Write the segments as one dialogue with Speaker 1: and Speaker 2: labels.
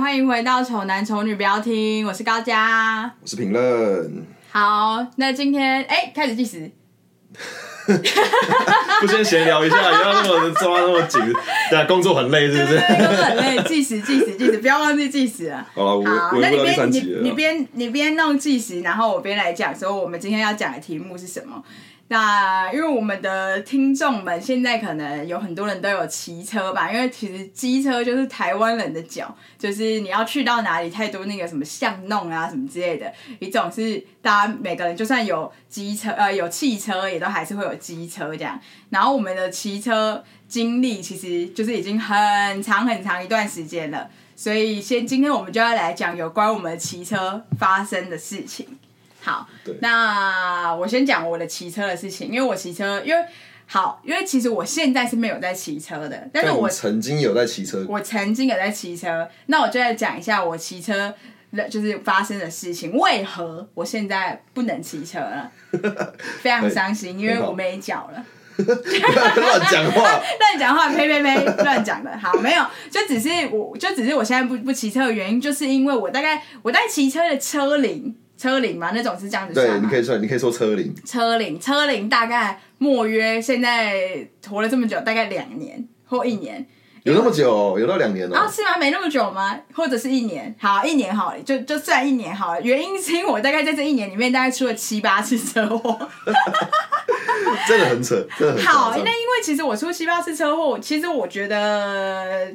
Speaker 1: 欢迎回到《丑男丑女》，不要听，我是高佳。
Speaker 2: 我是评论，
Speaker 1: 好，那今天哎、开始计时，
Speaker 2: 不先闲聊一下，不要那么抓那 么紧，对啊，工作很累是不
Speaker 1: 对
Speaker 2: 是？
Speaker 1: 对对，很累，计时计时计时，不要忘记计时了。
Speaker 2: 好了，我
Speaker 1: 好，
Speaker 2: 我
Speaker 1: 那
Speaker 2: 也不
Speaker 1: 你
Speaker 2: 到第
Speaker 1: 边
Speaker 2: 三
Speaker 1: 你
Speaker 2: 集了
Speaker 1: 你
Speaker 2: 啊。
Speaker 1: 边你边弄计时，然后我边来讲说我们今天要讲的题目是什么。那因为我们的听众们现在可能有很多人都有骑车吧，因为其实机车就是台湾人的脚，就是你要去到哪里，太多那个什么巷弄啊什么之类的。一种是大家每个人就算有机车呃有汽车，也都还是会有机车这样。然后我们的骑车经历其实就是已经很长很长一段时间了。所以先今天我们就要来讲有关我们骑车发生的事情。好
Speaker 2: 对，
Speaker 1: 那我先讲我的骑车的事情，因为我骑车，因为好，因为其实我现在是没有在骑车的，但是
Speaker 2: 但
Speaker 1: 我
Speaker 2: 我曾经有在骑 车，
Speaker 1: 我曾经有在骑车，那我就来讲一下我骑车的就是发生的事情，为何我现在不能骑车了， 非常伤心，因为我没脚了。
Speaker 2: 不要乱讲话。
Speaker 1: 乱讲话，呸呸呸，乱讲的。好，没有，就只是我，就只是我现在不不骑车的原因，就是因为我大概我在骑车的车龄，车龄嘛，那种是这样 子
Speaker 2: 对，
Speaker 1: 算
Speaker 2: 你
Speaker 1: 嘛
Speaker 2: 可。以算，你可以说车龄，
Speaker 1: 车龄，车龄大概莫约现在活了这么久，大概两年或一年。
Speaker 2: 有那么久哦，有到两年
Speaker 1: 啊，
Speaker 2: 了。
Speaker 1: 是吗？没那么久吗？或者是一年？好，一年好了，就就算一年好了。原因是因为我大概在这一年里面，大概出了七八次车祸。
Speaker 2: 真的很扯，真的很
Speaker 1: 好，
Speaker 2: 夸
Speaker 1: 那因
Speaker 2: 张。
Speaker 1: 为其实我出七八次车祸，其实我觉得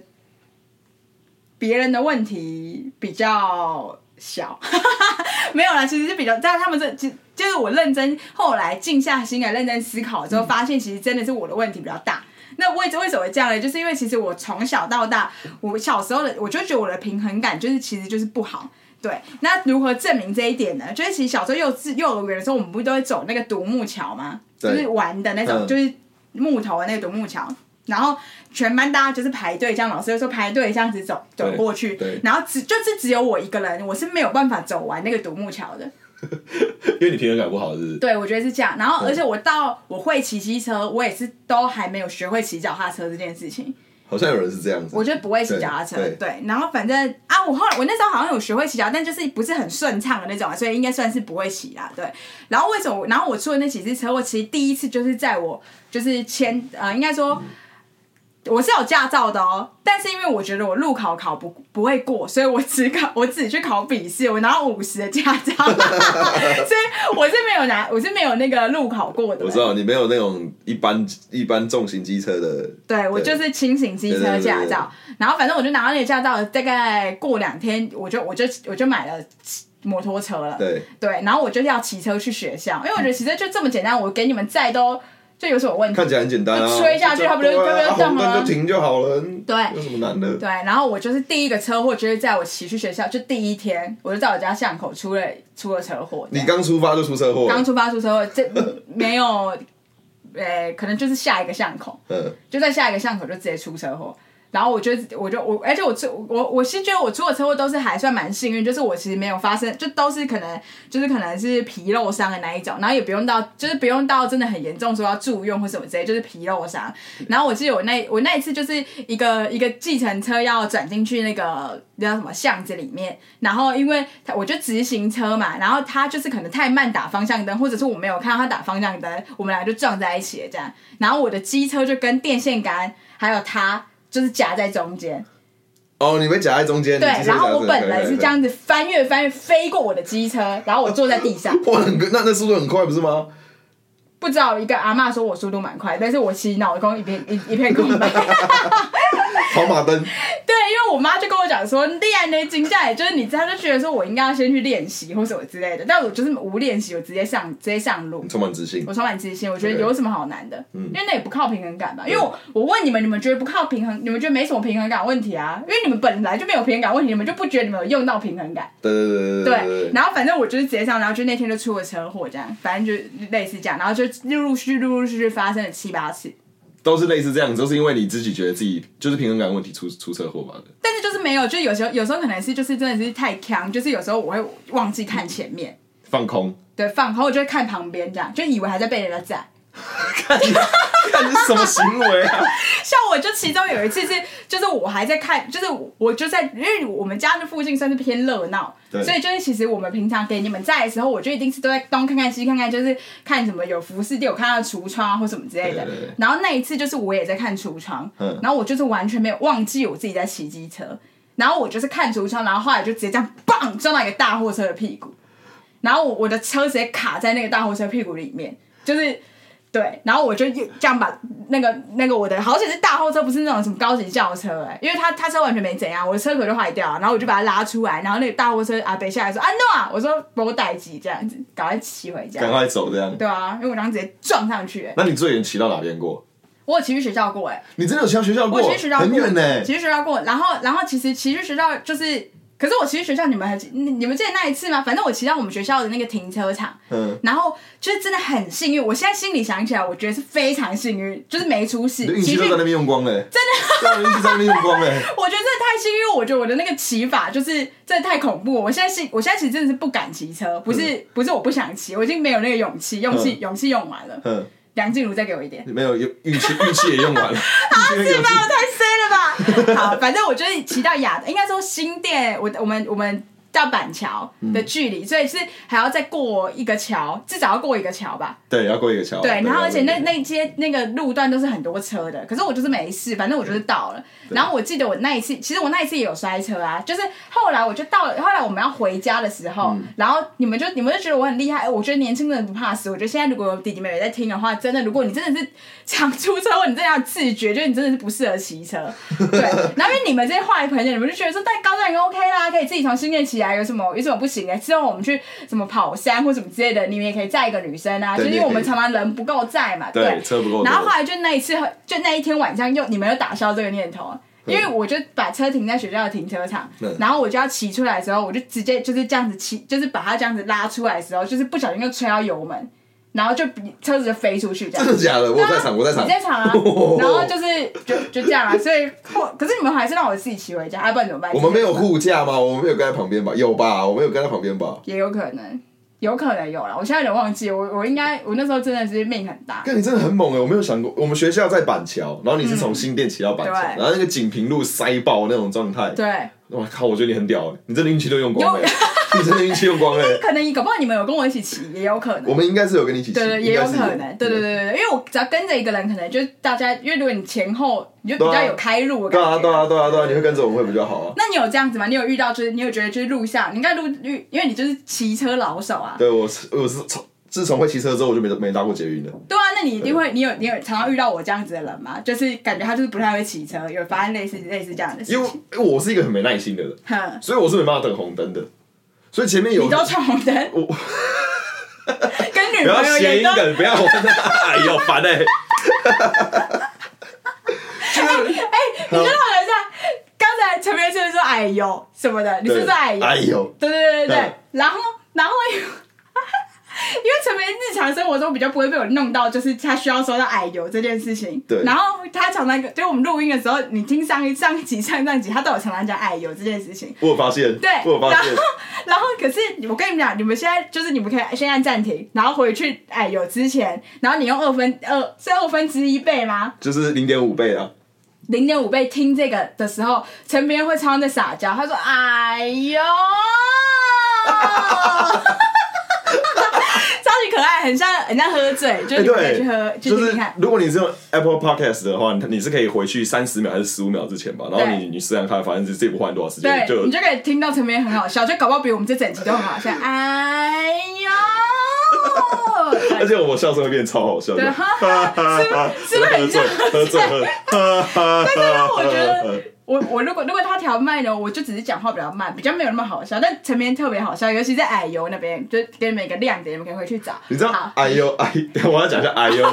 Speaker 1: 别人的问题比较小， 没有啦，其实是比较，但他们这其就是我认真后来静下心来认真思考之后，发现其实真的是我的问题比较大。那为为什么会这样呢？就是因为其实我从小到大，我小时候的我就觉得我的平衡感就是其实就是不好。对，那如何证明这一点呢？就是其实小时候幼稚幼儿园的时候，我们不都会走那个独木桥吗？就
Speaker 2: 对
Speaker 1: 是玩的那种，
Speaker 2: 嗯
Speaker 1: 就是木头的那个独木桥。然后全班大家就是排队，这样老师就说排队这样子走走
Speaker 2: 对
Speaker 1: 过去
Speaker 2: 对，
Speaker 1: 然后只就是只有我一个人，我是没有办法走完那个独木桥的。
Speaker 3: 因为你平衡感不好，是不是？
Speaker 1: 对，我觉得是这样。然后而且我到我会骑机车，我也是都还没有学会骑脚踏车这件事情。
Speaker 2: 好像有人是这样子
Speaker 1: 我，觉得不会骑脚踏车，
Speaker 2: 对
Speaker 1: 对。然后反正啊，我后来我那时候好像有学会骑脚，但就是不是很顺畅的那种啊，所以应该算是不会骑啦，对。然后为什么？然后我出的那几次车祸，其实第一次就是在我就是前呃，应该说。我是有驾照的哦，但是因为我觉得我路考考不不会过，所以我只考我只去考笔试，我拿到五十的驾照， 所以我是没有拿，我是没有那个路考过的。
Speaker 2: 我知道你没有那种一般一般重型机车的，
Speaker 1: 对我
Speaker 2: 对
Speaker 1: 就是清醒机车驾
Speaker 2: 对对对对
Speaker 1: 照，然后反正我就拿到那个驾照，大概过两天我就我就我就买了摩托车了，
Speaker 2: 对，嗯
Speaker 1: 对，然后我就要骑车去学校，因为我觉得骑车就这么简单，我给你们载都就有什么问题
Speaker 2: 看？起来很简单啊，
Speaker 1: 就吹下去它不就
Speaker 2: 对啊
Speaker 1: 它不就动了
Speaker 2: 红灯就停就好了，
Speaker 1: 对
Speaker 2: 有什么难的？
Speaker 1: 对，然后我就是第一个车祸，就是在我骑去学校就第一天，我就在我家巷口出了出了车祸，这
Speaker 2: 你
Speaker 1: 样
Speaker 2: 刚出发就出车祸，
Speaker 1: 刚出发出车祸，这没有，呃，可能就是下一个巷口。
Speaker 2: 嗯，
Speaker 1: 就在下一个巷口就直接出车祸。然后我就我就我，而且我出我我是觉得我出的车祸都是还算蛮幸运，就是我其实没有发生，就都是可能就是可能是皮肉伤的那一种，然后也不用到就是不用到真的很严重说要住院或什么之类，就是皮肉伤。然后我记得我那我那一次就是 一个一个计程车要转进去那个那叫什么巷子里面，然后因为他我就直行车嘛，然后他就是可能太慢打方向灯，或者是我没有看到他打方向灯，我们俩就撞在一起了这样。然后我的机车就跟电线杆还有他就是夹在中间，
Speaker 2: 哦，你被夹在中间，
Speaker 1: 对
Speaker 2: 你机。车
Speaker 1: 然后我
Speaker 2: 夹在中间
Speaker 1: 本人是这，样子翻越翻越飞过我的机车，然后我坐在地上。
Speaker 2: 对对对哇，很那那速度很快不是吗？
Speaker 1: 不知道一个阿嬷说我速度蛮快，但是我其实脑空一片一一片空白。
Speaker 2: 跑马灯，
Speaker 1: 对，因为我妈就跟我讲说，练呢，金下来啊就是你，她就觉得说我应该要先去练习或什么之类的，但我就是无练习，我直接上直接上路
Speaker 3: 嗯
Speaker 2: 你，充满自信
Speaker 1: 我，充满自信，我觉得
Speaker 2: OK
Speaker 1: 有什么好难的，因为那也不靠平衡感吧。因为我我问你们，你们觉得不靠平衡，你们觉得没什么平衡感问题啊？因为你们本来就没有平衡感问题，你们就不觉得你们有用到平衡感。
Speaker 2: 对对对
Speaker 1: 对，
Speaker 2: 对对，
Speaker 1: 然后反正我就是直接上，然后就那天就出了车祸，这样，反正就类似这样，然后就陆陆续续、陆陆续续发生了七八次，
Speaker 3: 都是类似这样，都是因为你自己觉得自己就是平衡感问题出出车祸嘛。
Speaker 1: 但是就是没有，就是有时候有时候可能是就是真的是太强，就是有时候我会忘记看前面，
Speaker 3: 放空，
Speaker 1: 对，放，然后我就会看旁边这样，就以为还在被人家载，
Speaker 3: 看这是什么行为 啊？
Speaker 1: 像我就其中有一次是，就是我还在看，就是我就在，因为我们家的附近算是偏热闹，
Speaker 3: 对
Speaker 1: 所以就是其实我们平常给你们在的时候，我就一定是都在东看看西看看，就是看什么有服饰店，有看到橱窗啊或什么之类的。
Speaker 3: 对对对
Speaker 1: 然后那一次就是我也在看橱窗，
Speaker 3: 嗯
Speaker 1: 然后我就是完全没有忘记我自己在骑机车，然后我就是看橱窗，然后后来就直接这样棒撞到一个大货车的屁股，然后我我的车直接卡在那个大货车屁股里面，就是。对，然后我就又这样把那个那个我的，好险是大货车，不是那种什么高级轿车哎、因为他他车完全没怎样，我的车壳就坏掉了，然后我就把它拉出来，然后那个大货车阿北下来说啊 no 啊，我说我逮鸡这样子，赶快骑回家
Speaker 3: 赶。快走这样。
Speaker 1: 对啊，因为我当时直接撞上去、哎
Speaker 3: 那你最远骑到哪边过？
Speaker 1: 我有骑去学校过哎、
Speaker 3: 你真的有骑到学校过？
Speaker 1: 我骑去学校过
Speaker 3: 很远呢、
Speaker 1: 骑去学校过，然后然后其实骑去学校就是，可是我骑去学校，你们还记你你们记得那一次吗？反正我骑到我们学校的那个停车场，
Speaker 3: 嗯，
Speaker 1: 然后就是真的很幸运，我现在心里想起来，我觉得是非常幸运，就是没出事
Speaker 3: 你的。运
Speaker 1: 骑
Speaker 3: 气
Speaker 1: 去
Speaker 3: 都在那边用光了、真的，运气在那边用光了、
Speaker 1: 我觉得真的太幸运，我觉得我的那个骑法就是真的太恐怖了。我现在是，我现在其实真的是不敢骑车，不
Speaker 3: 嗯
Speaker 1: 是、不是我不想骑，我已经没有那个勇气，勇气、勇气用完了。
Speaker 3: 嗯，
Speaker 1: 梁静茹再给我一点。
Speaker 3: 没有运运气，运气也 用完了。好
Speaker 1: 啊是吧？我太衰了吧！ 好，反正我就是骑到雅，应该说新店，我我们我们到板桥
Speaker 3: 嗯
Speaker 1: 的距离，所以是还要再过一个桥，至少要过一个桥吧。
Speaker 3: 对，要过一个桥。啊
Speaker 1: 对，然后而且那
Speaker 3: 要过一个
Speaker 1: 那些那个路段都是很多车的，可是我就是没事，反正我就是到了。然后我记得我那一次，其实我那一次也有摔车啊，就是后来我就到了，后来我们要回家的时
Speaker 3: 嗯
Speaker 1: 候，然后你们就你们就觉得我很厉害，哎我觉得年轻人不怕死，我觉得现在如果有弟弟妹妹在听的话，真的，如果你真的是想出车祸，你真的要自觉，就是你真的是不适合骑车。 对，然后因为你们这些坏朋友，你们就觉得说戴高架已经 OK 啦，可以自己从新店起来，有什么有什么不行的？之后我们去什么跑山或什么之类的，你们也可以载一个女生啊，就
Speaker 3: 对
Speaker 1: 是因为我们
Speaker 3: 你也可以
Speaker 1: 常常人不够载嘛，
Speaker 3: 对车不够多
Speaker 1: 然后后来就那一次，就那一天晚上又你们又打消这个念头。因为我就把车停在学校的停车场，
Speaker 3: 嗯
Speaker 1: 然后我就要骑出来的时候，我就直接就是这样子骑，就是把它这样子拉出来的时候，就是不小心又吹到油门，然后就车子就飞出去这样
Speaker 3: 真。的假的？我在场，我在场
Speaker 1: 你。在场 啊，然后就是就就这样啊，所以后可是你们还是让我自己骑回家，要、啊不然怎么办？
Speaker 3: 我们没有护驾吗？我们没有跟在旁边吧？有吧？我们有跟在旁边吧？
Speaker 1: 也有可能，有可能有了，我现在有点忘记，我我应该我那时候真的是命很大，
Speaker 3: 看你真的很猛哎、我没有想过，我们学校在板桥，然后你是从新店骑到板桥，
Speaker 1: 嗯对
Speaker 3: 然后那个锦屏路塞爆那种状态，
Speaker 1: 对，
Speaker 3: 我靠，我觉得你很屌哎、你真的运气都用光了、 欸，你真的运气用光了、欸。
Speaker 1: 可能搞不好你们有跟我一起骑，也有可
Speaker 3: 我
Speaker 1: 能。
Speaker 3: 们应该是有跟你一起骑，
Speaker 1: 对对，
Speaker 3: 应
Speaker 1: 也
Speaker 3: 该
Speaker 1: 有
Speaker 3: 是
Speaker 1: 可能，欸对对对对对，因为我只要跟着一个人，可能就是大家，因为如果你前后，你就比较有开路的
Speaker 3: 对
Speaker 1: 感
Speaker 3: 啊
Speaker 1: 觉。
Speaker 3: 对啊对啊对啊，你会跟着我们会比较好啊。
Speaker 1: 那你有这样子吗？你有遇到就是你有觉得就是路上，你应该路遇，因为你就是骑车老手啊，
Speaker 3: 对我是我是从自从会骑车之后，我就没没搭过捷运了。
Speaker 1: 对啊，那你一定会，你有你有常常遇到我这样子的人吗？就是感觉他就是不太会骑车，有发生类似类似这样的事
Speaker 3: 因为
Speaker 1: 情。
Speaker 3: 因为我是一个很没耐心的人，
Speaker 1: 哼，
Speaker 3: 所以我是没办法等红灯的。所以前面有
Speaker 1: 你都闯红灯，
Speaker 3: 我
Speaker 1: 跟女
Speaker 3: 不要
Speaker 1: 朋友
Speaker 3: 谐
Speaker 1: 也
Speaker 3: 音
Speaker 1: 都。
Speaker 3: 梗，不要我，哎呦烦哎、欸！
Speaker 1: 你跟老人家，啊刚才陈明是不是说哎呦什么的？你是不是说哎呦？
Speaker 3: 哎呦，
Speaker 1: 对对对对对
Speaker 3: 对。
Speaker 1: 然后然后因为 因为陈明日常生活中比较不会被我弄到，就是他需要说到哎呦这件事情。
Speaker 3: 对
Speaker 1: 然后他常常就是我们录音的时候，你听上一上一集上上一集，他都有常常讲哎呦这件事情。
Speaker 3: 我有发现，
Speaker 1: 对，
Speaker 3: 我有发现
Speaker 1: 然后，然后可是我跟你们讲，你们现在就是你们可以先按暂停，然后回去，哎，有之前，然后你用二分二是二分之一倍吗？
Speaker 3: 就是零点五倍啊。
Speaker 1: 零点五倍听这个的时候，陈明会常常在撒娇，他说：“哎呦。”超级可爱，很像很像喝醉，就是
Speaker 3: 哎，
Speaker 1: 你们可以去喝、
Speaker 3: 对，
Speaker 1: 去
Speaker 3: 就
Speaker 1: 听听
Speaker 3: 是
Speaker 1: 看。
Speaker 3: 如果你是用 Apple Podcast 的话，你你是可以回去三十秒还是十五秒之前吧，然后
Speaker 1: 对
Speaker 3: 你你试想看，反正这这部花你多少时间，
Speaker 1: 对，
Speaker 3: 就
Speaker 1: 你就可以听到陈明很好笑，就搞不好比我们这整集都很好笑。哎 呦！
Speaker 3: 而且我笑声会变超好笑的
Speaker 1: 对，，哈哈，是不是不是
Speaker 3: 喝
Speaker 1: 很像
Speaker 3: 醉？喝醉，喝但
Speaker 1: 但是呢，啊我觉
Speaker 3: 呃
Speaker 1: 得我我如果如果他调慢呢，我就只是讲话比较慢，比较没有那么好笑。但陈明特别好笑，尤其在矮油那边，就给你们一个亮点，你们可以回去找。
Speaker 3: 你知道
Speaker 1: 好，
Speaker 3: 哎呦哎，我要讲一下 哎呦。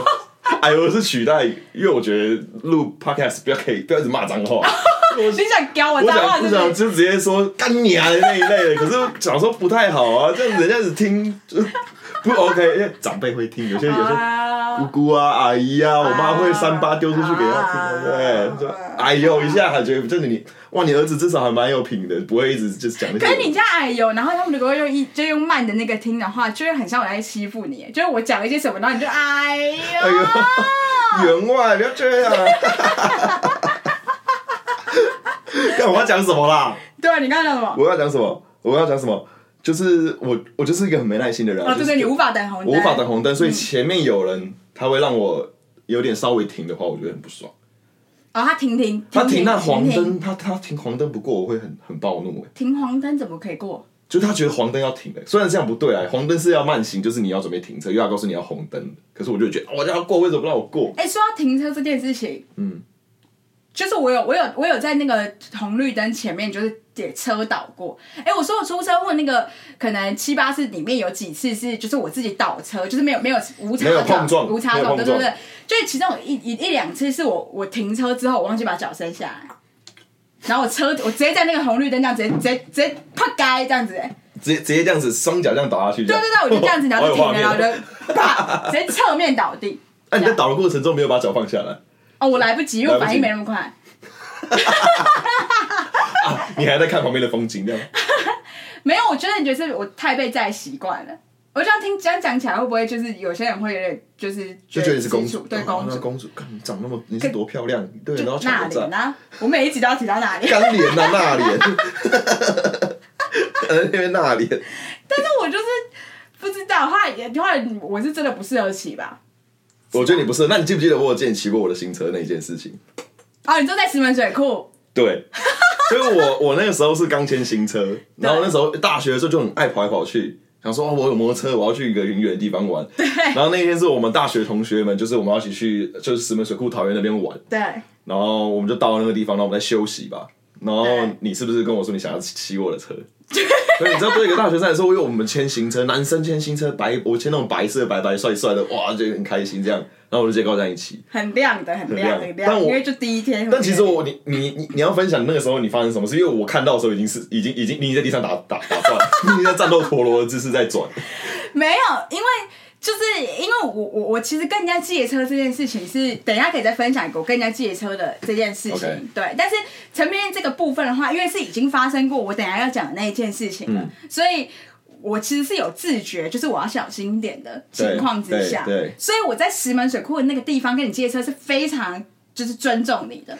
Speaker 3: 哎呦，是取代，因为我觉得录 podcast 不要可以，不要一直骂脏话。
Speaker 1: 你想教 我
Speaker 3: 我
Speaker 1: 脏话
Speaker 3: 想
Speaker 1: 是不
Speaker 3: 不
Speaker 1: 是？
Speaker 3: 想就直接说干你啊的那一类的，可是想说不太好啊，这样人家只听就不 OK，因为长辈会听，有些有些姑
Speaker 1: 啊，
Speaker 3: 姑啊、阿姨啊，我妈会三八丢出去给她听，对不
Speaker 1: 啊
Speaker 3: 对？就哎呦一下，感觉就是你哇，你儿子至少还蛮有品的，不会一直就是讲那些。
Speaker 1: 可是你家矮油，然后他们如果用一就用慢的那个听的话，就会很像我在欺负你，就是我讲一些什么，然后你就哎呦
Speaker 3: 哎呦，员外，不要这样。啊 看我要讲什么啦？
Speaker 1: 对，啊你刚才讲什么？
Speaker 3: 我要讲什么？我要讲什么？就是我，我就是一个很没耐心的人。啊
Speaker 1: 哦，对
Speaker 3: 就是
Speaker 1: 对，你无法嗯等红
Speaker 3: 我
Speaker 1: 灯，
Speaker 3: 无法等红灯，所以前面有人，他会让我有点稍微停的话，我觉得很不爽。
Speaker 1: 哦，他停停，
Speaker 3: 他停那黄
Speaker 1: 停停
Speaker 3: 灯，他他停黄灯不过，我会很很暴怒哎。
Speaker 1: 停黄灯怎么可以过？
Speaker 3: 就是他觉得黄灯要停的，虽然这样不对啊，黄灯是要慢行，就是你要准备停车，又要告诉你要红灯，可是我就觉得哦我就要过，为什么不让我过？
Speaker 1: 哎，说到停车这件事情，
Speaker 3: 嗯，
Speaker 1: 就是我有我有我有在那个红绿灯前面就是也车倒过。哎，我说我出车祸那个可能七八次里面有几次是就是我自己倒车，就是没有没有无擦
Speaker 3: 没有碰撞
Speaker 1: 无擦撞，对
Speaker 3: 没有碰撞
Speaker 1: 对对，就是其中有一一一两次是我我停车之后我忘记把脚伸下来。然后我车，我直接在那个红绿灯这样直接直接直接啪街这样子、哎
Speaker 3: 直接直接这样子双脚这样倒下去，
Speaker 1: 对对对，我就这样子，然后就 停
Speaker 3: 哦
Speaker 1: 了，然后就啪，直接侧面倒地。
Speaker 3: 那、啊、你在倒的过程中没有把脚放下来，
Speaker 1: 哦，我来不及，因为我
Speaker 3: 来不及
Speaker 1: 反应没那么快。
Speaker 3: 你还在看旁边的风景，这样
Speaker 1: 没有，我觉得你觉得是我太被载习惯了。我这样听这样讲起来，会不会就是有些人会有点就是
Speaker 3: 就觉得你是公主，
Speaker 1: 对公
Speaker 3: 哦那
Speaker 1: 主，
Speaker 3: 公主，看你长那么，你是多漂亮，对，然后
Speaker 1: 就
Speaker 3: 全
Speaker 1: 那啊
Speaker 3: 部在
Speaker 1: 里呢？我每一集都要提到那里，
Speaker 3: 干脸呐、那脸，呃，那边那脸，
Speaker 1: 但是我就是不知道，后来也后来我是真的不适合骑吧。
Speaker 3: 我觉得你不是，那你记不记得我有见你骑过我的新车那一件事情？
Speaker 1: 哦，你坐在石门水库，
Speaker 3: 对，所以我我那个时候是刚签新车，然后那时候大学的时候就很爱跑来跑去，想说、哦、我有摩托车，我要去一个很远的地方玩。然后那一天是我们大学同学们，就是我们要一起去就是石门水库桃园那边玩，
Speaker 1: 对，
Speaker 3: 然后我们就到那个地方，然后我们在休息吧。然后
Speaker 1: 对
Speaker 3: 你是不是跟我说你想要骑我的车？所以你知道，对一个大学生来说，因为我们签新车，男生签新车白，我签那种白色白白帅帅的，哇，就很开心这样。然后我就直接跟我在一起。
Speaker 1: 很亮的，很亮，
Speaker 3: 很亮
Speaker 1: 很
Speaker 3: 但
Speaker 1: 亮，
Speaker 3: 我
Speaker 1: 因为就第一天。
Speaker 3: 但其实我你你你你要分享那个时候你发生什么事，因为我看到的时候已经是已经已经你在地上打打打转， 你在战斗陀螺的姿势在转，
Speaker 1: 没有，因为就是因为我我我其实跟人家借车这件事情是等一下可以再分享一个我跟人家借车的这件事情
Speaker 3: OK
Speaker 1: 对。但是陈斌这个部分的话，因为是已经发生过我等一下要讲的那一件事情了，
Speaker 3: 嗯
Speaker 1: 所以。我其实是有自觉，就是我要小心一点的情况之下，
Speaker 3: 对对对
Speaker 1: 所以我在石门水库的那个地方跟你借车是非常就是尊重你的，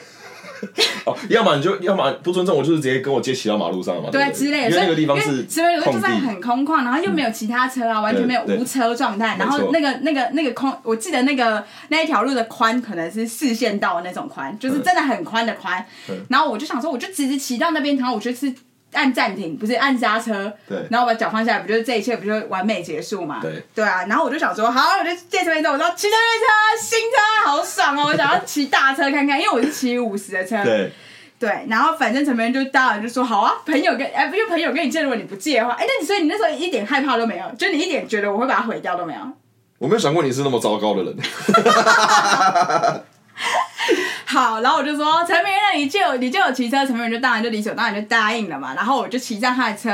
Speaker 3: 哦，要么你就要么不尊重我，就是直接跟我接骑到马路上嘛，
Speaker 1: 对啊
Speaker 3: 不
Speaker 1: 之类的，
Speaker 3: 因
Speaker 1: 所以
Speaker 3: 为那个地方
Speaker 1: 因
Speaker 3: 是
Speaker 1: 为石门水库就是
Speaker 3: 空地，嗯
Speaker 1: 很空旷，然后又没有其他车啊，完全没有
Speaker 3: 对
Speaker 1: 无车状态，
Speaker 3: 对
Speaker 1: 然后
Speaker 3: 没错
Speaker 1: 那个那个那个空，我记得那个那一条路的宽可能是四线道的那种宽，就是真的很宽的宽
Speaker 3: 嗯。
Speaker 1: 然后我就想说，我就直直骑到那边，然后我就是按暂停，不是按刹车，
Speaker 3: 对
Speaker 1: 然后把脚放下来，不就是这一切不就完美结束嘛？
Speaker 3: 对，
Speaker 1: 啊。然后我就想说，好，我就借这边车，我说骑这边车，新车好爽哦，我想要骑大车看看，因为我是骑五十的车，
Speaker 3: 对，
Speaker 1: 对，然后反正陈明就当然就说好啊，朋友跟哎，不就朋友跟你借，如果你不借的话，哎，那你所以你那时候一点害怕都没有，就你一点觉得我会把它毁掉都没有。
Speaker 3: 我没有想过你是那么糟糕的人，
Speaker 1: 好，然后我就说陈明，那你借我，你借我骑车，陈明就当然就理所当然就答应了嘛。然后我就骑上他的车，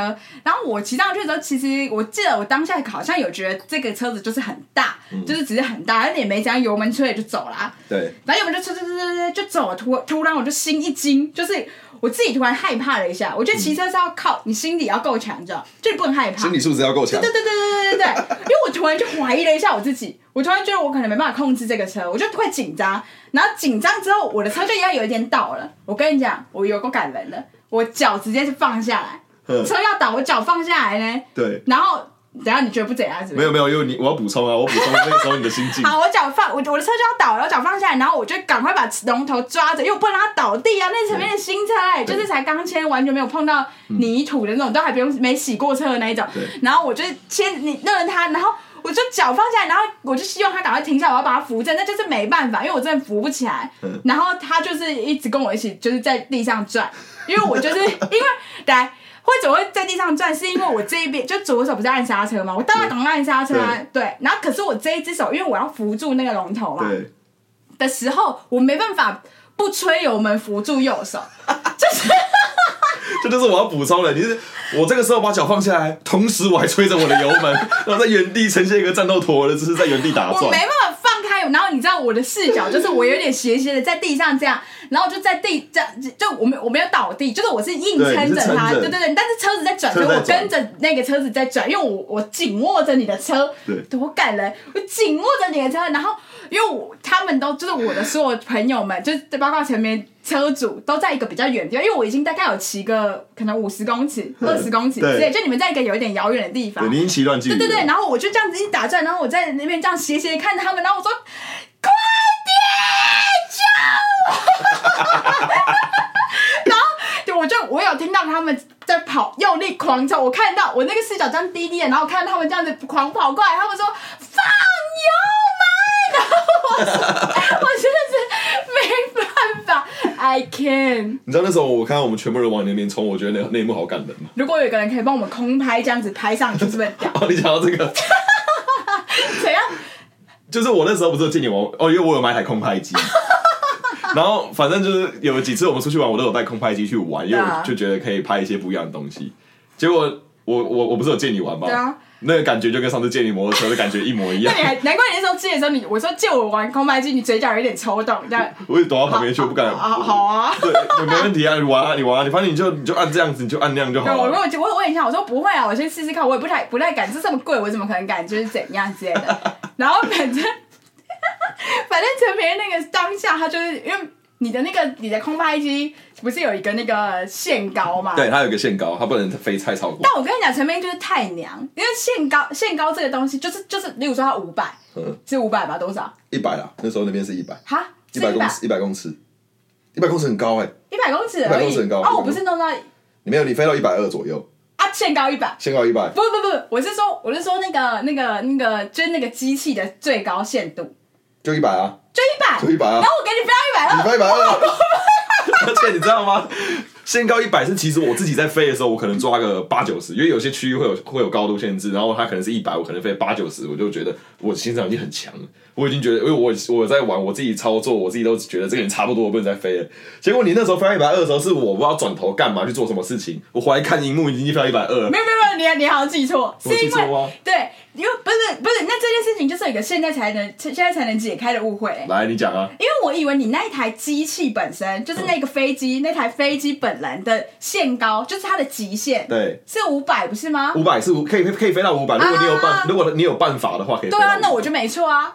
Speaker 1: 然后我骑上去的时候，其实我记得我当下好像有觉得这个车子就是很大，就是只是很大，但你也没讲油门吹了就走了、啊。
Speaker 3: 对，
Speaker 1: 反正我们就吹吹吹吹吹就走了，突突然我就心一惊，就是我自己突然害怕了一下。我觉得骑车是要靠你心理要够强，你知道，就你不能害怕。
Speaker 3: 心理素质要够强
Speaker 1: 对，对对对对对对，因为我突然就怀疑了一下我自己，我突然觉得我可能没办法控制这个车，我就会紧张，然后紧张之后我的车就要有一点倒了。我跟你讲，我有够感人的，我脚直接就放下来，
Speaker 3: 嗯，
Speaker 1: 车要倒我脚放下来呢，
Speaker 3: 对，
Speaker 1: 然后等一下你觉得不怎样是不是？
Speaker 3: 没有没有，因为你我要补充啊，我补充那时候你的心境，
Speaker 1: 好，我脚放我我的车就要倒了，我脚放下来，然后我就赶快把龙头抓着，因为我不能让它倒地啊。那是前面的新车、哎，就是才刚签，完全没有碰到泥土的那种，都还不用没洗过车的那一种
Speaker 3: 对。
Speaker 1: 然后我就牵你弄了它，然后我就脚放下来，然后我就希望它赶快停下来，我要把它扶正，那就是没办法，因为我真的扶不起来。
Speaker 3: 嗯
Speaker 1: 然后它就是一直跟我一起就是在地上转，因为我就是因为来。或者我会在地上转，是因为我这一边就左手不是按刹车嘛，我当然懂按刹车啊，对。然后可是我这一只手，因为我要扶住那个龙头嘛
Speaker 3: 对，
Speaker 1: 的时候，我没办法不吹油门扶住右手，就是
Speaker 3: 这就是我要补充的，你是我这个时候把脚放下来，同 时我还吹着我的油门，然后在原地呈现一个战斗陀螺的姿势，在原地打
Speaker 1: 我
Speaker 3: 转
Speaker 1: 没，办法放开，然后你知道我的视角 就是我有点斜斜的在地上这样，然后我就在地这样，就我没我没有倒地，就是我是硬
Speaker 3: 对
Speaker 1: 撑
Speaker 3: 你
Speaker 1: 着
Speaker 3: 是撑
Speaker 1: 它，
Speaker 3: 着
Speaker 1: 对对对，但是车子在转，所
Speaker 3: 车
Speaker 1: 以
Speaker 3: 在
Speaker 1: 我
Speaker 3: 转
Speaker 1: 跟着那个车子在转，因为我我紧握着你的车，
Speaker 3: 对
Speaker 1: 多感人，我紧握着你的车，然后因为我他们都就是我的所有朋友们，就是包括前面。车主都在一个比较远的地方，因为我已经大概有骑个可能五十公尺、
Speaker 3: 嗯
Speaker 1: 二十公尺之
Speaker 3: 对
Speaker 1: 类，就你们在一个有一点遥远的地方
Speaker 3: 对，，你已经骑乱距离
Speaker 1: 对
Speaker 3: 了，
Speaker 1: 对对，然后我就这样子一打转，然后我在那边这样斜斜地看着他们，然后我说快 点救我！然后对我就我有听到他们在跑，用力狂冲，我看到我那个视角这样低低的，然后我看到他们这样子狂跑过来，他们说放油门，然后我说我真的是没办法，I can。
Speaker 3: 你知道那时候我看到我们全部人往你那边冲，我觉得那那一幕好感人 哦。
Speaker 1: 如果有一个人可以帮我们空拍这样子拍上去，是不是很屌？
Speaker 3: 哦，你讲到这个，
Speaker 1: 怎样？
Speaker 3: 就是我那时候不是有借你玩哦，因为我有买台空拍 机，然后反正就是有几次我们出去玩，我都有带空拍机去玩，因
Speaker 1: 对
Speaker 3: 为
Speaker 1: 啊
Speaker 3: 我就觉得可以拍一些不一样的东西。结果我我我不是有借你玩吗？
Speaker 1: 对啊
Speaker 3: 那个感觉就跟上次借你摩托车的感觉一模一
Speaker 1: 那
Speaker 3: 样
Speaker 1: 你。还难怪你那时候借的时候，你我说借我玩空白机，你嘴角有点抽动，这样
Speaker 3: 我也躲到旁边去，我不敢。
Speaker 1: 啊 好啊。
Speaker 3: 对，没问题啊，你玩啊，你玩啊，你反正你就你就按这样子，你就按那样就
Speaker 1: 对，
Speaker 3: 好
Speaker 1: 我
Speaker 3: 了。
Speaker 1: 问我我问一下，我说不会啊，我先试试看，我也不太不太敢，这这么贵，我怎么可能敢就是怎样之类 的。然后反正反正陈明那个当下，他就是因为你的那个你的空拍机不是有一个那个限高嘛？
Speaker 3: 对，它有一个限高，它不能飞太超过。
Speaker 1: 但我跟你讲，陈明就是太娘，因为限高限高这个东西就是就是，例如说他五百
Speaker 3: 嗯，
Speaker 1: 是五百吧，多少？
Speaker 3: 一百啦，那时候那边是一百，
Speaker 1: 哈，是
Speaker 3: 一
Speaker 1: 一百
Speaker 3: 百公尺，一百公尺，一百公尺很高哎、
Speaker 1: 一百公尺
Speaker 3: 100
Speaker 1: 而
Speaker 3: 公
Speaker 1: 已
Speaker 3: 尺很高
Speaker 1: 啊！我不是弄到
Speaker 3: 你没有，你飞到一百二左右，
Speaker 1: 啊，限高一百。
Speaker 3: 限高一百。
Speaker 1: 不不不，我是说我是说那个那个那个，就是那个机器的最高限度
Speaker 3: 就一百啊，
Speaker 1: 就一百，
Speaker 3: 就100啊
Speaker 1: 然后我给你飞到一百
Speaker 3: 你
Speaker 1: 二，
Speaker 3: 飞一百二。而且你知道吗？限高一百是，其实我自己在飞的时候，我可能抓个八九十，因为有些区域会有会有高度限制，然后它可能是一百，我可能飞八九十，我就觉得我欣赏已经很强了，我已经觉得，因为我我在玩，我自己操作，我自己都觉得这个人差不多，我不能再飞了。结果你那时候飞到一百二的时候，是我不知道转头干嘛去做什么事情，我回来看荧幕已经飞到一百二了
Speaker 1: 没。有没有没有，你你好像记错，是
Speaker 3: 我记
Speaker 1: 因
Speaker 3: 错啊
Speaker 1: 为
Speaker 3: 吗
Speaker 1: 对，因为不是不是，那这件事情就是有一个现在才能现在才能解开的误会、欸
Speaker 3: 来，你讲啊，
Speaker 1: 因为我以为你那一台机器本身就是那个飞机，那台飞机本人的限高就是它的极限，
Speaker 3: 对
Speaker 1: 是五百不是吗？
Speaker 3: 五百是可以可以飞到五百，如果你有办，
Speaker 1: 啊
Speaker 3: 如果你有办法的话，可以飞
Speaker 1: 对
Speaker 3: 到500。
Speaker 1: 啊，那我就没错啊。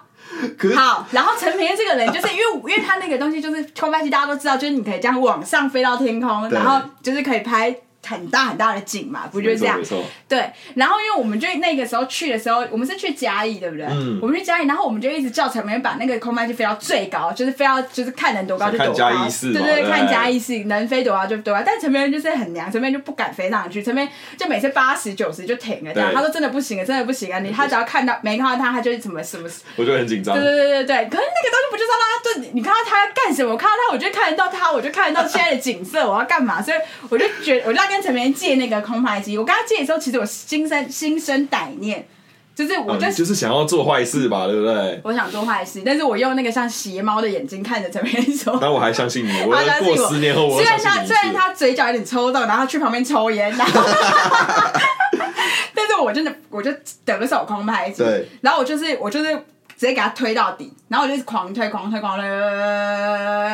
Speaker 3: 可 是
Speaker 1: 好，然后陈平这个人，就是因为因为他那个东西就是空拍机，大家都知道，就是你可以这样往上飞到天空，
Speaker 3: 对
Speaker 1: 然后就是可以拍很大很大的景嘛，不就是这样
Speaker 3: 没？错没错
Speaker 1: 对，然后因为我们就那个时候去的时候，我们是去嘉义，对不对？
Speaker 3: 嗯
Speaker 1: 我们去嘉义，然后我们就一直叫陈明把那个空拍机飞到最高，就是飞到就是看能多高就多高，
Speaker 3: 看嘉义市
Speaker 1: 对
Speaker 3: 嘛
Speaker 1: 对，
Speaker 3: 对
Speaker 1: 看嘉义市能飞多高就多高。但陈明就是很娘，陈明就不敢飞上去，陈明就每次八十九十就停了，这样
Speaker 3: 对
Speaker 1: 他说真的不行啊，真的不行啊，你他只要看到没看到他，他就是什么什么。
Speaker 3: 我就很紧张
Speaker 1: 对。对对对对，可是那个东西不就是让他对你看到他干什么？我看到他，我就看得到他，我就看得到现在的景色，我要干嘛？所以我就觉得，我就要跟陈明借那个空拍机。我跟他借的时候，其实我心生心生歹念，就是我
Speaker 3: 哦
Speaker 1: 就、
Speaker 3: 你就是想要做坏事吧，对不对？
Speaker 1: 我想做坏事，但是我用那个像邪猫的眼睛看着陈明说。
Speaker 3: 但我还相信你，我
Speaker 1: 他相
Speaker 3: 要
Speaker 1: 哦信
Speaker 3: 过
Speaker 1: 我，
Speaker 3: 十年后，我
Speaker 1: 虽
Speaker 3: 要
Speaker 1: 然
Speaker 3: 相
Speaker 1: 他
Speaker 3: 信你一
Speaker 1: 虽然
Speaker 3: 次。
Speaker 1: 他嘴角有点抽动，然后去旁边抽烟，然 后，但是我真的我就得手空拍机
Speaker 3: 对，
Speaker 1: 然后我就是我就是直接给他推到底，然后我就是狂推狂推狂推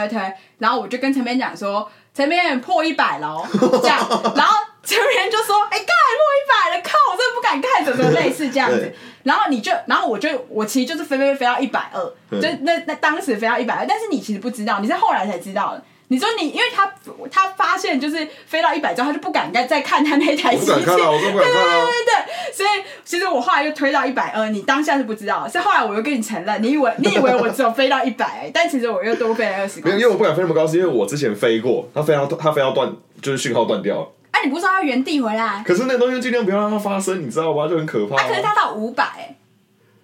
Speaker 1: 推，然后我就跟陈边讲说，陈边破一百喽，这 样，然后陈边就说，哎、干破一百了，靠，我真的不敢看，怎么类似这样子
Speaker 3: 对，
Speaker 1: 然后你就，然后我就我其实就是飞飞飞到一百二，
Speaker 3: 对
Speaker 1: 就那那当时飞到一百二，但是你其实不知道，你是后来才知道的。你说你，因为他他发现就是飞到一百之后，他就不敢再再看他那台
Speaker 3: 我
Speaker 1: 机
Speaker 3: 不
Speaker 1: 器，
Speaker 3: 敢看啊，我都不敢看啊。
Speaker 1: 对，所以其实我后来就推到一百二，你当下是不知道，是后来我又跟你承认，你以为你以为我只有飞到一百、但其实我又多飞了二十公
Speaker 3: 没有，因
Speaker 1: 分。
Speaker 3: 为我不敢飞那么高，是因为我之前飞过，它飞到它飞到断，就是讯号断掉了。
Speaker 1: 啊，你不是说要原地回来？
Speaker 3: 可是那个东西尽量不要让它发生，你知道吗？就很可怕
Speaker 1: 啊，可是
Speaker 3: 啊。
Speaker 1: 他到五百、欸，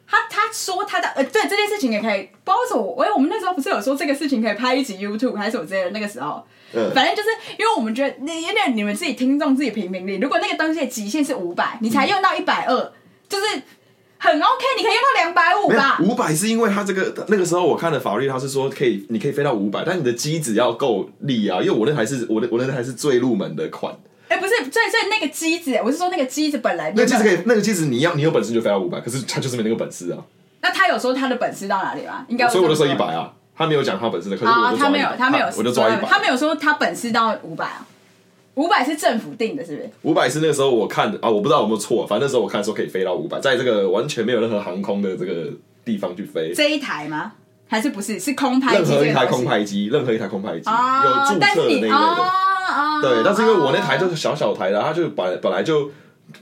Speaker 1: 他他说他的呃，对这件事情也可以，不知道为什么我，哎，我们那时候不是有说这个事情可以拍一集 YouTube 还是什么之类的，那个时候，
Speaker 3: 嗯
Speaker 1: 反正就是因为我们觉得，那因为你们自己听众自己评评理，如果那个东西的极限是五百，你才
Speaker 3: 嗯
Speaker 1: 用到一百二，就是很 OK，你可以用到两百五
Speaker 3: 没
Speaker 1: 吧？
Speaker 3: 有五百是因为它这个那个时候我看的法律，它是说可以，你可以飞到五百，但你的机子要够力啊，因为我那台是我的我那台是最入门的款，
Speaker 1: 哎、不是，所以所以那个机子，我是说那个机子本来
Speaker 3: 那个机子可
Speaker 1: 以，
Speaker 3: 以，那个机子你要你有本事就飞到五百，可是它就是没那个本事啊。
Speaker 1: 那他有说他的本事到哪里吗？应该
Speaker 3: 所以我就
Speaker 1: 这
Speaker 3: 说
Speaker 1: 么
Speaker 3: 一百啊。他没有讲他本事的，可是我
Speaker 1: 啊，
Speaker 3: 就抓
Speaker 1: 他没有
Speaker 3: 100，
Speaker 1: 他没有，
Speaker 3: 我就抓一百。
Speaker 1: 他没有说他本事到五百啊，五百是政府定的，是不是？
Speaker 3: 五百是那个时候我看的啊，我不知道有没有错，反正那时候我看说可以飞到五百，在这个完全没有任何航空的这个地方去飞，
Speaker 1: 这一台吗？还是不是？是空拍
Speaker 3: 任
Speaker 1: 机
Speaker 3: 何
Speaker 1: 这
Speaker 3: 一
Speaker 1: 个
Speaker 3: 台
Speaker 1: 东
Speaker 3: 空
Speaker 1: 西
Speaker 3: 拍机，任何一台空拍机、有
Speaker 1: 哦
Speaker 3: 注，
Speaker 1: 但是
Speaker 3: 册的那一类
Speaker 1: 你
Speaker 3: 的，
Speaker 1: 哦哦，
Speaker 3: 对。但是因为我那台就是
Speaker 1: 哦
Speaker 3: 小小台的，它就本本来就